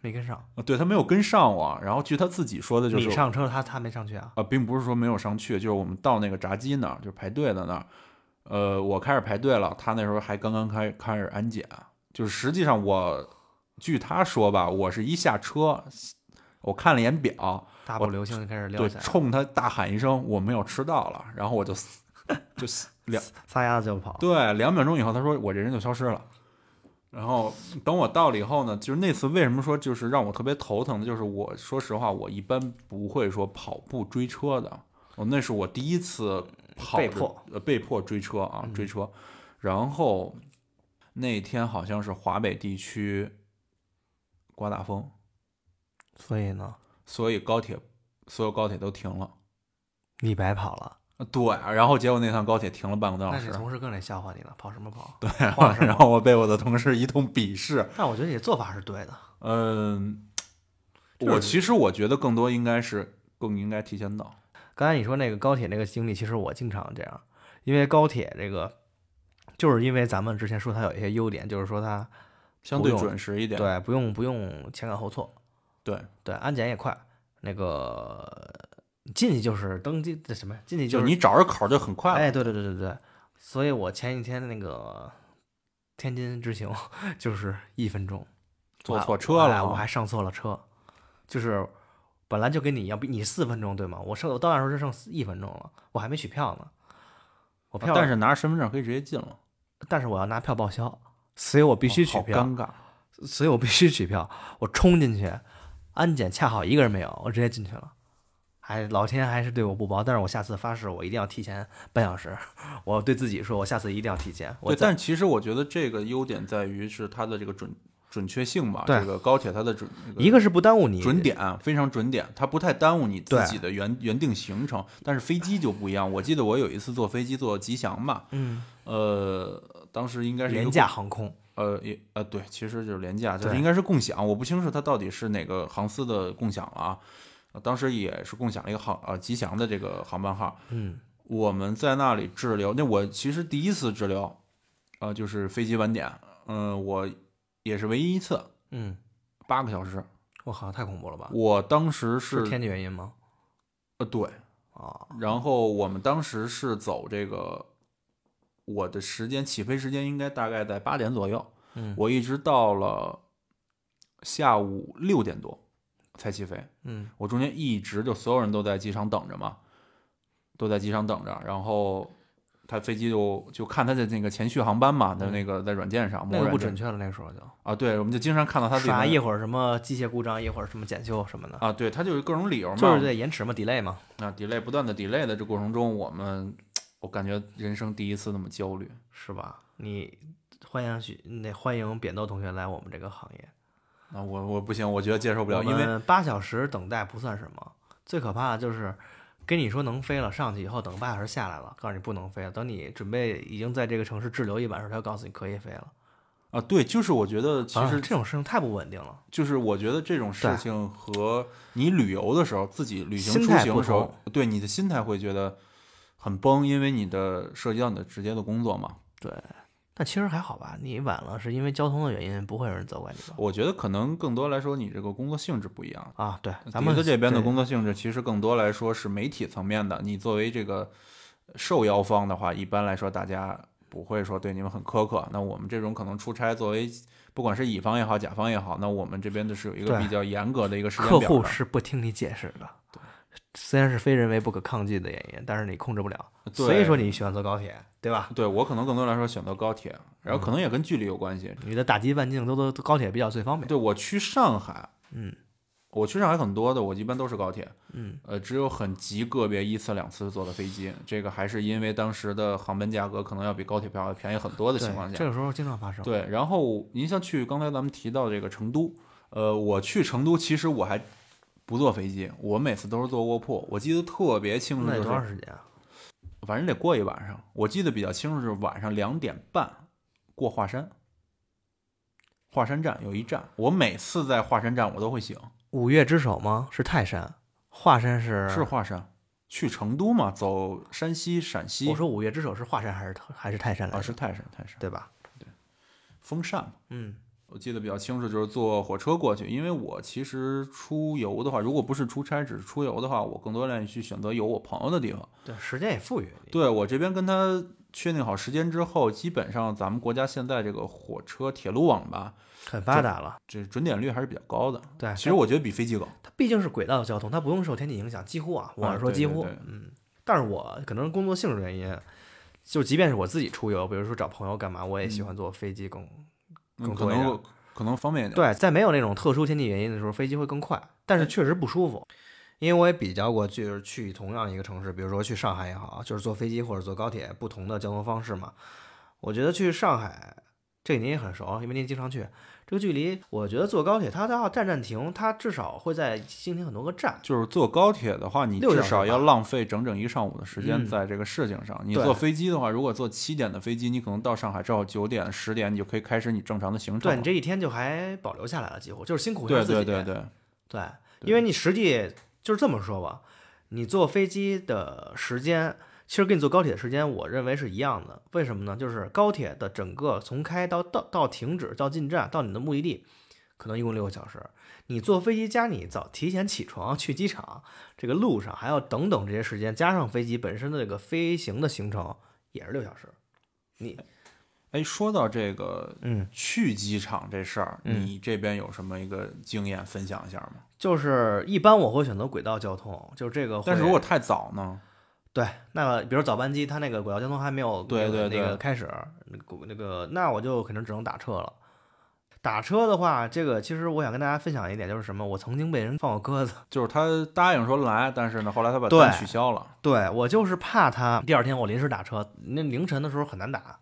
Speaker 2: 没跟上。
Speaker 1: 呃对他没有跟上我，然后据他自己说的就是
Speaker 2: 你上车，他他没上去啊？
Speaker 1: 啊，并不是说没有上去，就是我们到那个闸机那儿，就是排队的那儿，呃，我开始排队了，他那时候还刚刚开开始安检，就是实际上我据他说吧，我是一下车，我看了一眼表，
Speaker 2: 大步流星就开始撩
Speaker 1: 对，
Speaker 2: 起来，
Speaker 1: 冲他大喊一声：“我没有吃到了。”然后我就死就死两
Speaker 2: 撒丫子就跑。
Speaker 1: 对两秒钟以后，他说我这人就消失了。然后等我到了以后呢，就是那次为什么说就是让我特别头疼的，就是我说实话，我一般不会说跑步追车的，哦，那是我第一次跑
Speaker 2: 被
Speaker 1: 着
Speaker 2: 迫
Speaker 1: 呃被迫追车啊
Speaker 2: 嗯
Speaker 1: 追车，然后那天好像是华北地区刮大风，
Speaker 2: 所以呢，
Speaker 1: 所以高铁所有高铁都停了。
Speaker 2: 你白跑了，
Speaker 1: 对，然后结果那趟高铁停了半个多小
Speaker 2: 那
Speaker 1: 时
Speaker 2: 你，同事更得笑话你了，跑什么跑？对，
Speaker 1: 然后我被我的同事一通鄙视。
Speaker 2: 但我觉得你的做法是对的，
Speaker 1: 嗯，
Speaker 2: 就是
Speaker 1: 我其实我觉得更多应该是更应该提前到。
Speaker 2: 刚才你说那个高铁那个经历，其实我经常这样，因为高铁这个，就是因为咱们之前说它有一些优点，就是说它
Speaker 1: 相对
Speaker 2: 不用
Speaker 1: 准时一点，
Speaker 2: 对不用不用前赶后错，
Speaker 1: 对
Speaker 2: 对，安检也快，那个进去就是登记这什么进去
Speaker 1: 就是你找着口就很快了。
Speaker 2: 哎，对对对对对，所以我前几天那个天津之行 就是一分钟
Speaker 1: 坐
Speaker 2: 我还
Speaker 1: 错车
Speaker 2: 我还
Speaker 1: 了
Speaker 2: 哎我
Speaker 1: 啊
Speaker 2: 还上错了车，就是本来就跟你一样，比你四分钟对吗？我剩我到那时候就剩四一分钟了，我还没取票呢，我票、
Speaker 1: 啊但是拿着身份证可以直接进了，
Speaker 2: 但是我要拿票报销，所以我必须
Speaker 1: 哦
Speaker 2: 取
Speaker 1: 好
Speaker 2: 票，
Speaker 1: 尴尬。
Speaker 2: 所以我必须取票，我冲进去，安检恰好一个人没有，我直接进去了。还老天还是对我不薄，但是我下次发誓，我一定要提前半小时。我对自己说，我下次一定要提前。我
Speaker 1: 对，
Speaker 2: 再
Speaker 1: 但其实我觉得这个优点在于是它的这个准准确性吧。
Speaker 2: 对
Speaker 1: 这个高铁它的准
Speaker 2: 一个是不耽误你
Speaker 1: 准，点非常准点，它不太耽误你自
Speaker 2: 对
Speaker 1: 己的原原定行程。但是飞机就不一样，我记得我有一次坐飞机坐吉祥嘛，
Speaker 2: 嗯，
Speaker 1: 呃，当时应该是一个
Speaker 2: 廉价航空，
Speaker 1: 共，呃，也呃，对，其实就是廉价，就是
Speaker 2: 对
Speaker 1: 应该是共享，我不清楚它到底是哪个航司的共享了啊。呃当时也是共享了一个航呃吉祥的这个航班号，
Speaker 2: 嗯，
Speaker 1: 我们在那里滞留，那我其实第一次滞留，呃，就是飞机晚点，嗯、我也是唯一一次，
Speaker 2: 嗯，
Speaker 1: 八个小时。
Speaker 2: 我靠，太恐怖了吧？
Speaker 1: 我当时
Speaker 2: 是
Speaker 1: 是
Speaker 2: 天气原因吗？
Speaker 1: 呃对，
Speaker 2: 啊，
Speaker 1: 然后我们当时是走这个，我的时间起飞时间应该大概在八点左右，
Speaker 2: 嗯，
Speaker 1: 我一直到了下午六点多，才起飞。
Speaker 2: 嗯
Speaker 1: 我中间一直就所有人都在机场等着嘛，都在机场等着，然后他飞机就就看他的那个前续航班嘛，他那个在软件上，
Speaker 2: 嗯
Speaker 1: 摸
Speaker 2: 那个
Speaker 1: 软
Speaker 2: 不
Speaker 1: 件
Speaker 2: 准确了，那时候就
Speaker 1: 啊，对，我们就经常看到他自己
Speaker 2: 刷
Speaker 1: 的
Speaker 2: 一会儿什么机械故障，一会儿什么检修什么的，
Speaker 1: 啊，对，他就有各种理由嘛，
Speaker 2: 就是在延迟嘛，delay 嘛。
Speaker 1: 啊，delay 不断的 delay 的这过程中，我们我感觉人生第一次那么焦虑，
Speaker 2: 是吧？你欢迎许那欢迎扁豆同学来我们这个行业，
Speaker 1: 啊，我我不行，我觉得接受不了，
Speaker 2: 我
Speaker 1: 因为
Speaker 2: 们八小时等待不算什么，最可怕的就是跟你说能飞了，上去以后等八小时下来了，告诉你不能飞了，等你准备已经在这个城市滞留一晚上，他就告诉你可以飞了。
Speaker 1: 啊，对，就是我觉得其
Speaker 2: 啊
Speaker 1: 实
Speaker 2: 这种事情太不稳定了，
Speaker 1: 就是我觉得这种事
Speaker 2: 对
Speaker 1: 情和你旅游的时候，自己旅行
Speaker 2: 心
Speaker 1: 出
Speaker 2: 态
Speaker 1: 行
Speaker 2: 不
Speaker 1: 的时候，对你的心态会觉得很崩，因为你的涉及到你的直接的工作嘛。
Speaker 2: 但其实还好吧，你晚了是因为交通的原因，不会有人责怪你吧？
Speaker 1: 我觉得可能更多来说，你这个工作性质不一样。
Speaker 2: 啊，对，咱
Speaker 1: 迪
Speaker 2: 们
Speaker 1: 斯呃这边的
Speaker 2: 对
Speaker 1: 工作性质其实更多来说是媒体层面的，你作为这个受邀方的话，一般来说大家不会说对你们很苛刻。那我们这种可能出差，作为不管是乙方也好，甲方也好，那我们这边的是有一个
Speaker 2: 对
Speaker 1: 比较严格的一个时间
Speaker 2: 客
Speaker 1: 表
Speaker 2: 户
Speaker 1: 的
Speaker 2: 是不听你解释的，虽然是非人为不可抗拒的原因，但是你控制不了，所以
Speaker 1: 对
Speaker 2: 说你选择高铁，对吧？
Speaker 1: 对我可能更多来说选择高铁，然后可能也跟距离有关系。
Speaker 2: 你的打击半径都都都高铁比较最方便。
Speaker 1: 对我去上海，
Speaker 2: 嗯，
Speaker 1: 我去上海很多的，我一般都是高铁，
Speaker 2: 嗯，
Speaker 1: 呃，只有很极个别一次两次坐的飞机，这个还是因为当时的航班价格可能要比高铁票要便宜很多的情况
Speaker 2: 对，
Speaker 1: 下，
Speaker 2: 这个时候经常发生。
Speaker 1: 对，然后您像去刚才咱们提到这个成都，呃，我去成都其实我还不坐飞机，我每次都是坐卧铺。我记得特别清楚，
Speaker 2: 那得
Speaker 1: 就
Speaker 2: 多
Speaker 1: 是
Speaker 2: 长时间啊？
Speaker 1: 反正得过一晚上。我记得比较清楚是晚上两点半过华山，华山站有一站，我每次在华山站我都会醒，
Speaker 2: 五岳之首吗？是泰山，华山是
Speaker 1: 是华山。去成都嘛，走山西、陕西
Speaker 2: 我说五岳之首是华山还是还是泰山来着？
Speaker 1: 啊，是泰山，泰山
Speaker 2: 对吧？
Speaker 1: 风扇嘛。
Speaker 2: 嗯，
Speaker 1: 我记得比较清楚，就是坐火车过去，因为我其实出游的话，如果不是出差，只是出游的话，我更多愿意去选择有我朋友的地方。
Speaker 2: 对，时间也富裕。
Speaker 1: 对我这边跟他确定好时间之后，基本上咱们国家现在这个火车铁路网吧，
Speaker 2: 很发达了。
Speaker 1: 这准点率还是比较高的。
Speaker 2: 对，
Speaker 1: 其实我觉得比飞机高。
Speaker 2: 它毕竟是轨道交通，它不用受天气影响，几乎啊，我是说
Speaker 1: 对
Speaker 2: 几
Speaker 1: 对
Speaker 2: 乎，
Speaker 1: 对
Speaker 2: 嗯。但是我可能工作性质原因，就即便是我自己出游，比如说找朋友干嘛，我也喜欢坐飞机更。
Speaker 1: 嗯，
Speaker 2: 更
Speaker 1: 可
Speaker 2: 多一
Speaker 1: 能
Speaker 2: 点
Speaker 1: 可能方便一点。
Speaker 2: 对，在没有那种特殊天气原因的时候，飞机会更快，但是确实不舒服。因为我也比较过，就是去同样一个城市，比如说去上海也好，就是坐飞机或者坐高铁，不同的交通方式嘛。我觉得去上海，这您也很熟，因为您经常去。这个距离，我觉得坐高铁，它它要站站停，它至少会在进行很多个站。
Speaker 1: 就是坐高铁的话，你
Speaker 2: 六
Speaker 1: 至
Speaker 2: 小时
Speaker 1: 少要
Speaker 2: 吧
Speaker 1: 浪费整整一上午的时间
Speaker 2: 嗯
Speaker 1: 在这个事情上。你
Speaker 2: 对
Speaker 1: 坐飞机的话，如果坐七点的飞机，你可能到上海正好九点、十点，你就可以开始你正常的行程
Speaker 2: 对
Speaker 1: 了。
Speaker 2: 你这一天就还保留下来了，几乎就是辛苦一下
Speaker 1: 对
Speaker 2: 自己。
Speaker 1: 对对对，
Speaker 2: 对，
Speaker 1: 对
Speaker 2: 因为你实际就是这么说吧，你坐飞机的时间其实跟你坐高铁的时间，我认为是一样的。为什么呢？就是高铁的整个从开到到到停止到进站到你的目的地，可能一共六个小时。你坐飞机加你早提前起床去机场，这个路上还要等等这些时间，加上飞机本身的这个飞行的行程也是六小时。你
Speaker 1: 哎，说到这个
Speaker 2: 嗯，
Speaker 1: 去机场这事儿，
Speaker 2: 嗯
Speaker 1: 你这边有什么一个经验分享一下吗？
Speaker 2: 就是一般我会选择轨道交通，就是这个会。
Speaker 1: 但是如果太早呢？
Speaker 2: 对，那比如早班机，它那个轨道交通还没有
Speaker 1: 对对
Speaker 2: 那
Speaker 1: 对
Speaker 2: 个开始，那个那个那我就可能只能打车了。打车的话，这个其实我想跟大家分享一点，就是什么？我曾经被人放过鸽子，
Speaker 1: 就是他答应说来，但是呢，后来他把
Speaker 2: 对
Speaker 1: 单取消了。
Speaker 2: 对我就是怕他第二天我临时打车，那凌晨的时候很难打，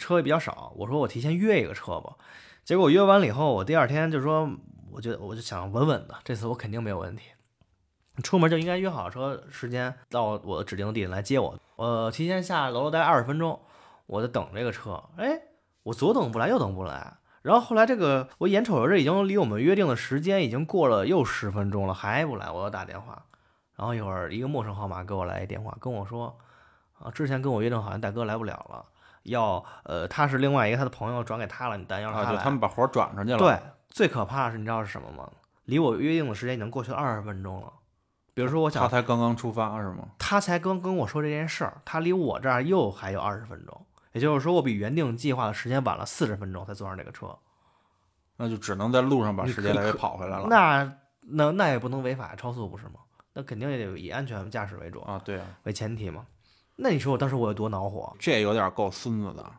Speaker 2: 车也比较少。我说我提前约一个车吧，结果约完了以后，我第二天就说，我觉得我就想稳稳的，这次我肯定没有问题。出门就应该约好车时间，到我指定的地点来接我。我提前下楼了大概二十分钟，我就等这个车。哎，我左等不来，右等不来。然后后来这个我眼瞅着这已经离我们约定的时间已经过了又十分钟了，还不来，我又打电话。然后一会儿一个陌生号码给我来一电话，跟我说，啊，之前跟我约定好像大哥来不了了，要呃他是另外一个他的朋友转给他了，你但要让
Speaker 1: 啊，就
Speaker 2: 来。
Speaker 1: 他们把活儿转出去了。，
Speaker 2: 对，最可怕的是你知道是什么吗？离我约定的时间已经过去了二十分钟了。比如说，我
Speaker 1: 他
Speaker 2: 想
Speaker 1: 才刚刚出发是吗？
Speaker 2: 他才刚跟我说这件事儿，他离我这儿又还有二十分钟，也就是说我比原定计划的时间晚了四十分钟才坐上这个车。
Speaker 1: 那就只能在路上把
Speaker 2: 你
Speaker 1: 时
Speaker 2: 可
Speaker 1: 间来
Speaker 2: 可
Speaker 1: 给跑回来了。
Speaker 2: 那那那也不能违法超速不是吗？那肯定也得以安全驾驶为主
Speaker 1: 啊，对啊，
Speaker 2: 为前提嘛。那你说我当时我有多恼火？
Speaker 1: 这有点够孙子的，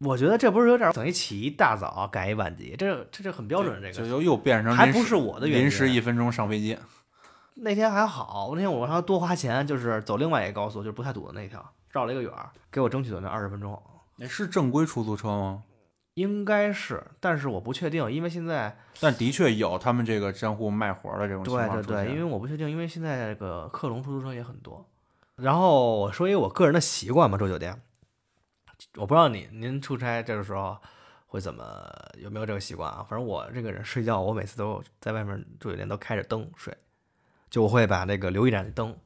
Speaker 2: 我觉得这不是有点等于起一大早赶一晚集，这这这很标准。这
Speaker 1: 就
Speaker 2: 个
Speaker 1: 又又变成
Speaker 2: 还
Speaker 1: 临
Speaker 2: 不
Speaker 1: 时
Speaker 2: 是我的原因。
Speaker 1: 临时一分钟上飞机，
Speaker 2: 那天还好，那天我让他多花钱，就是走另外一个高速，就是不太堵的那条，绕了一个远儿，给我争取的那二十分钟。
Speaker 1: 那哎是正规出租车吗？
Speaker 2: 应该是，但是我不确定，因为现在
Speaker 1: 但的确有他们这个江湖卖活的这种情
Speaker 2: 对
Speaker 1: 况
Speaker 2: 对
Speaker 1: 出现
Speaker 2: 对，因为我不确定，因为现在这个克隆出租车也很多。然后我说一个我个人的习惯吧，住酒店，我不知道你您出差这个时候会怎么有没有这个习惯啊？反正我这个人睡觉，我每次都在外面住酒店都开着灯睡，就我会把那个留一盏灯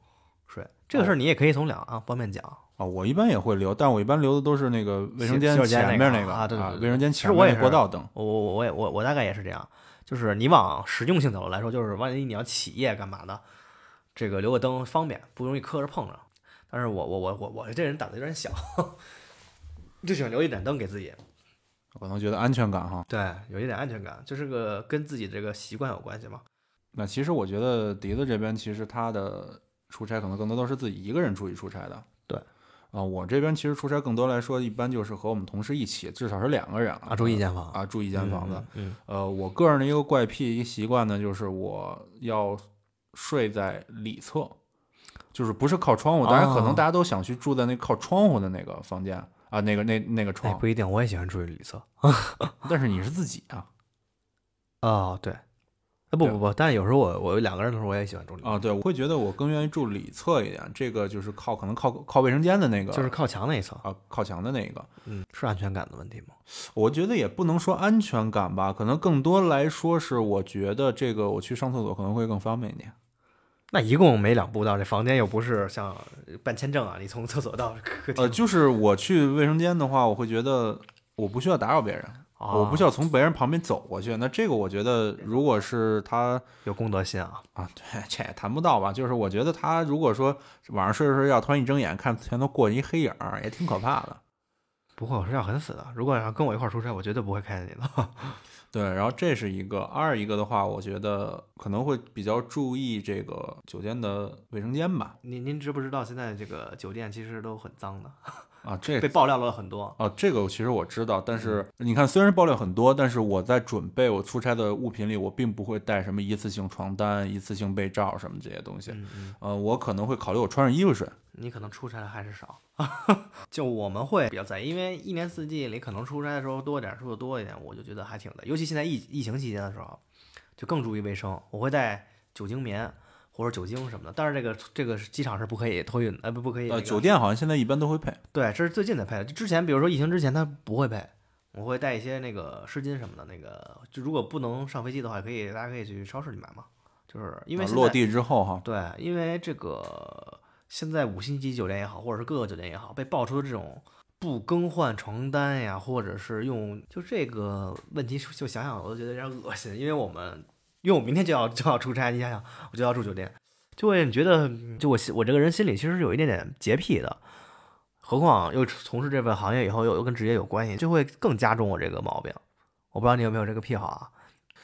Speaker 2: 睡。这
Speaker 1: 哦
Speaker 2: 个事儿你也可以从两啊方面讲。
Speaker 1: 啊，我一般也会留，但我一般留的都是那个卫生
Speaker 2: 洗
Speaker 1: 间
Speaker 2: 手间
Speaker 1: 前
Speaker 2: 那
Speaker 1: 面
Speaker 2: 个
Speaker 1: 那个
Speaker 2: 啊对对对对
Speaker 1: 卫生间
Speaker 2: 其实
Speaker 1: 前
Speaker 2: 我
Speaker 1: 面
Speaker 2: 也
Speaker 1: 那过
Speaker 2: 是
Speaker 1: 道灯，
Speaker 2: 我我我也我我大概也是这样，就是你往实用性角度来说，就是万一你要起夜干嘛的，这个留个灯方便，不容易磕着碰着。但是我我我我我这人胆子有点小， 就喜欢留一盏灯给自己，
Speaker 1: 可能觉得安全感哈。
Speaker 2: 对，有一点安全感，就是个跟自己这个习惯有关系嘛。
Speaker 1: 那其实我觉得笛子这边其实他的出差可能更多都是自己一个人出去出差的。
Speaker 2: 对
Speaker 1: 啊、我这边其实出差更多来说，一般就是和我们同事一起，至少是两个人
Speaker 2: 啊，住一间房，
Speaker 1: 啊，住一间房子。
Speaker 2: 嗯，
Speaker 1: 呃，我个人的一个怪癖、一个习惯呢，就是我要睡在里侧，就是不是靠窗户。当然，可
Speaker 2: 哦
Speaker 1: 能大家都想去住在那靠窗户的那个房间啊，那个那那个
Speaker 2: 哎，
Speaker 1: 床
Speaker 2: 不。一定，我也喜欢住里侧。
Speaker 1: 但是你是自己啊
Speaker 2: 哦，对，哦啊不
Speaker 1: 对
Speaker 2: 不不，但是有时候我我两个人的时候，我也喜欢住里侧，
Speaker 1: 啊，对，我会觉得我更愿意住里侧一点。这个就是靠可能靠靠卫生间的那个，
Speaker 2: 就是靠墙那一侧，
Speaker 1: 啊靠墙的那个。
Speaker 2: 嗯，是安全感的问题吗？
Speaker 1: 我觉得也不能说安全感吧，可能更多来说是我觉得这个我去上厕所可能会更方便一点。
Speaker 2: 那一共没两步道，这房间又不是像办签证啊，你从厕所到客厅，
Speaker 1: 呃，就是我去卫生间的话，我会觉得我不需要打扰别人，呃我不需
Speaker 2: 要
Speaker 1: 要从别人旁边走过去。那这个我觉得，如果是他
Speaker 2: 有公德心啊。
Speaker 1: 啊，对，这也谈不到吧？就是我觉得他如果说晚上睡着睡觉，突然一睁眼看前头过一黑影儿，也挺可怕的。
Speaker 2: 不会，我睡觉很死的。如果要跟我一块儿出差，我绝对不会看见你的。
Speaker 1: 对，然后这是一个，二一个的话，我觉得可能会比较注意这个酒店的卫生间吧。
Speaker 2: 您您知不知道现在这个酒店其实都很脏的，
Speaker 1: 啊，这
Speaker 2: 被爆料了很多。
Speaker 1: 哦，这个其实我知
Speaker 2: 嗯
Speaker 1: 道，但是你看，虽然爆料很多，但是我在准备我出差的物品里，我并不会带什么一次性床单、一次性被罩什么这些东西。
Speaker 2: 嗯嗯，
Speaker 1: 呃，我可能会考虑我穿上衣服睡。
Speaker 2: 你可能出差的还是少， 就我们会比较在意，因为一年四季里可能出差的时候多一点，住的多一点，我就觉得还挺的。尤其现在疫疫情期间的时候，就更注意卫生，我会带酒精棉或者酒精什么的。但是这个这个机场是不可以托运，呃不不可以、
Speaker 1: 呃，酒店好像现在一般都会配。
Speaker 2: 对，这是最近才配的。之前比如说疫情之前，它不会配，我会带一些那个湿巾什么的。那个就如果不能上飞机的话，可以大家可以去超市里买嘛。就是因为
Speaker 1: 呃
Speaker 2: 现
Speaker 1: 落
Speaker 2: 在
Speaker 1: 地之后哈，
Speaker 2: 对，因为这个现在五星级酒店也好，或者是各个酒店也好，被爆出的这种不更换床单呀，或者是用就这个问题，就想想我都觉得有点恶心。因为我们，因为我明天就要就要出差，你想想，我就要住酒店，就会觉得，嗯就我心我这个人心里其实是有一点点洁癖的。何况又从事这份行业以后，又又跟职业有关系，就会更加重我这个毛病。我不知道你有没有这个癖好啊？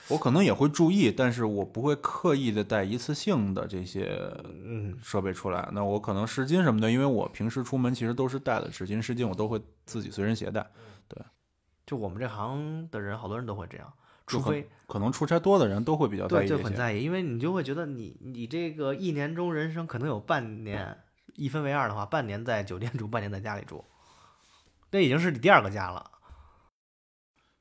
Speaker 1: 我可能也会注意，但是我不会刻意的带一次性的这些
Speaker 2: 嗯，
Speaker 1: 设备出来。那我可能湿巾什么的，因为我平时出门其实都是带的纸巾、湿巾，我都会自己随身携带。
Speaker 2: 就我们这行的人，好多人都会这样，除
Speaker 1: 就很
Speaker 2: 非
Speaker 1: 可能出差多的人都会比较在
Speaker 2: 对，
Speaker 1: 意
Speaker 2: 就
Speaker 1: 这
Speaker 2: 很
Speaker 1: 些。
Speaker 2: 在意，因为你就会觉得你你这个一年中人生可能有半年一分为二的话，半年在酒店住，半年在家里住，那已经是你第二个家了。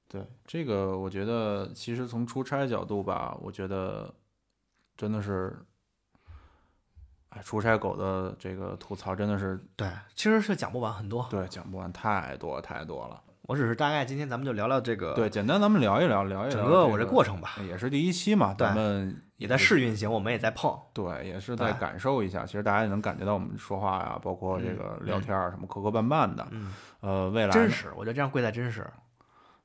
Speaker 1: 对这个，我觉得其实从出差角度吧，我觉得真的是，哎，出差狗的这个吐槽真的是
Speaker 2: 对，其实是讲不完很多，
Speaker 1: 对讲不完，太多太多了。
Speaker 2: 我只是大概今天咱们就聊聊这个
Speaker 1: 对，简单咱们聊一聊，聊一聊
Speaker 2: 整个我这过
Speaker 1: 程，
Speaker 2: 程吧，
Speaker 1: 也是第一期嘛，
Speaker 2: 对
Speaker 1: 咱们
Speaker 2: 也在试运行，我们也在碰。
Speaker 1: 对，也是
Speaker 2: 对
Speaker 1: 在感受一下。其实大家也能感觉到我们说话呀，包括这个
Speaker 2: 嗯
Speaker 1: 聊天啊，什么磕磕绊绊的。
Speaker 2: 嗯，
Speaker 1: 呃，未来
Speaker 2: 真
Speaker 1: 呢
Speaker 2: 实，我觉得这样贵在真实。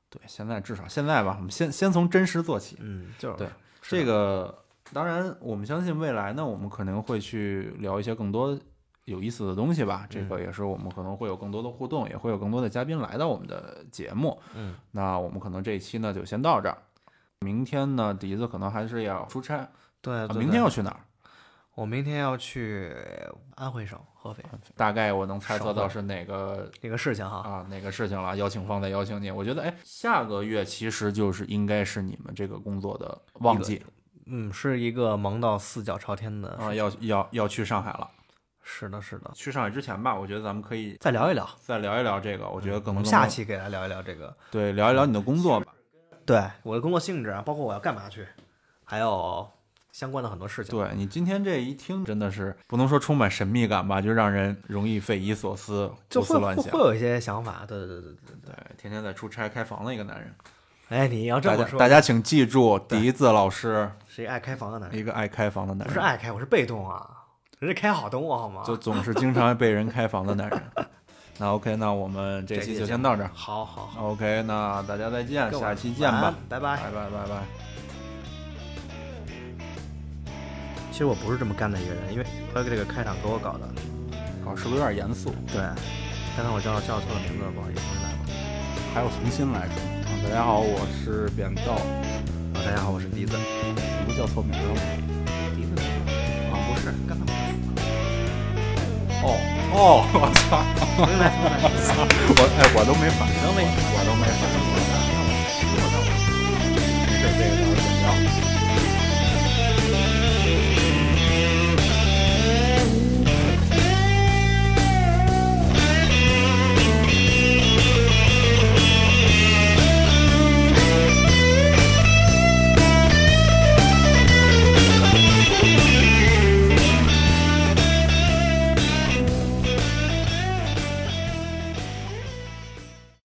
Speaker 1: 对，现在至少现在吧，我们先先从真实做起。
Speaker 2: 嗯，就是
Speaker 1: 对
Speaker 2: 是的
Speaker 1: 这个当然，我们相信未来呢，我们可能会去聊一些更多有意思的东西吧。这个也是我们可能会有更多的互动，也会有更多的嘉宾来到我们的节目。
Speaker 2: 嗯，
Speaker 1: 那我们可能这一期呢就先到这儿。明天呢，笛子可能还是要出差，啊
Speaker 2: 对，对
Speaker 1: 明天
Speaker 2: 对
Speaker 1: 要去哪儿？
Speaker 2: 我明天要去安徽省合肥
Speaker 1: 大概我能猜测
Speaker 2: 少
Speaker 1: 到
Speaker 2: 吧
Speaker 1: 是哪个
Speaker 2: 这个事情哈，
Speaker 1: 啊哪个事情了，邀请方再邀请你。我觉得，哎，下个月其实就是应该是你们这个工作的旺季
Speaker 2: 嗯，是一个忙到四脚朝天的事
Speaker 1: 啊，要要要去上海了。
Speaker 2: 是的，是的，
Speaker 1: 去上海之前吧，我觉得咱们可以
Speaker 2: 再聊一聊，
Speaker 1: 再聊一聊这个，我觉得
Speaker 2: 嗯我
Speaker 1: 可能
Speaker 2: 们下期给大家聊一聊这个，
Speaker 1: 对聊一聊你的工作吧。
Speaker 2: 对我的工作性质啊，包括我要干嘛去，还有相关的很多事情。
Speaker 1: 对你今天这一听，真的是不能说充满神秘感吧，就让人容易匪夷所思、
Speaker 2: 就
Speaker 1: 胡思
Speaker 2: 会
Speaker 1: 乱
Speaker 2: 会
Speaker 1: 想
Speaker 2: 会。有一些想法，对对对对对对。
Speaker 1: 对，天天在出差开房的一个男人。
Speaker 2: 哎，你要这
Speaker 1: 大
Speaker 2: 么
Speaker 1: 家
Speaker 2: 说，
Speaker 1: 大家请记住，笛子老师
Speaker 2: 谁爱开房的男人？
Speaker 1: 一个爱开房的男
Speaker 2: 不
Speaker 1: 人，
Speaker 2: 是爱开，我是被动啊，人家开好等我好吗？
Speaker 1: 就总是经常被人开房的男人。 那 OK，那我们这
Speaker 2: 这
Speaker 1: 期
Speaker 2: 期
Speaker 1: 就
Speaker 2: 就
Speaker 1: 先到这儿。
Speaker 2: 好好好，
Speaker 1: OK，那大家再见，
Speaker 2: 各位
Speaker 1: 下期见
Speaker 2: 晚
Speaker 1: 吧
Speaker 2: 安，拜拜。
Speaker 1: 拜拜拜拜。
Speaker 2: 其实我不是这么干的一个人，因为他这个开场给我搞的。
Speaker 1: 哦，是不是有点严肃？
Speaker 2: 对，刚才我叫叫错了名字，不好意思，重新来吧。
Speaker 1: 还要重新来着。嗯大家好，我是扁豆，
Speaker 2: 啊，大家好，我是笛子。
Speaker 1: 不叫错名了吗。
Speaker 2: 笛子啊，不是，刚才
Speaker 1: 哦哦，我操！
Speaker 2: 我明白明白，
Speaker 1: 我哎，我都没反应，
Speaker 2: 能没？
Speaker 1: 我都没反应。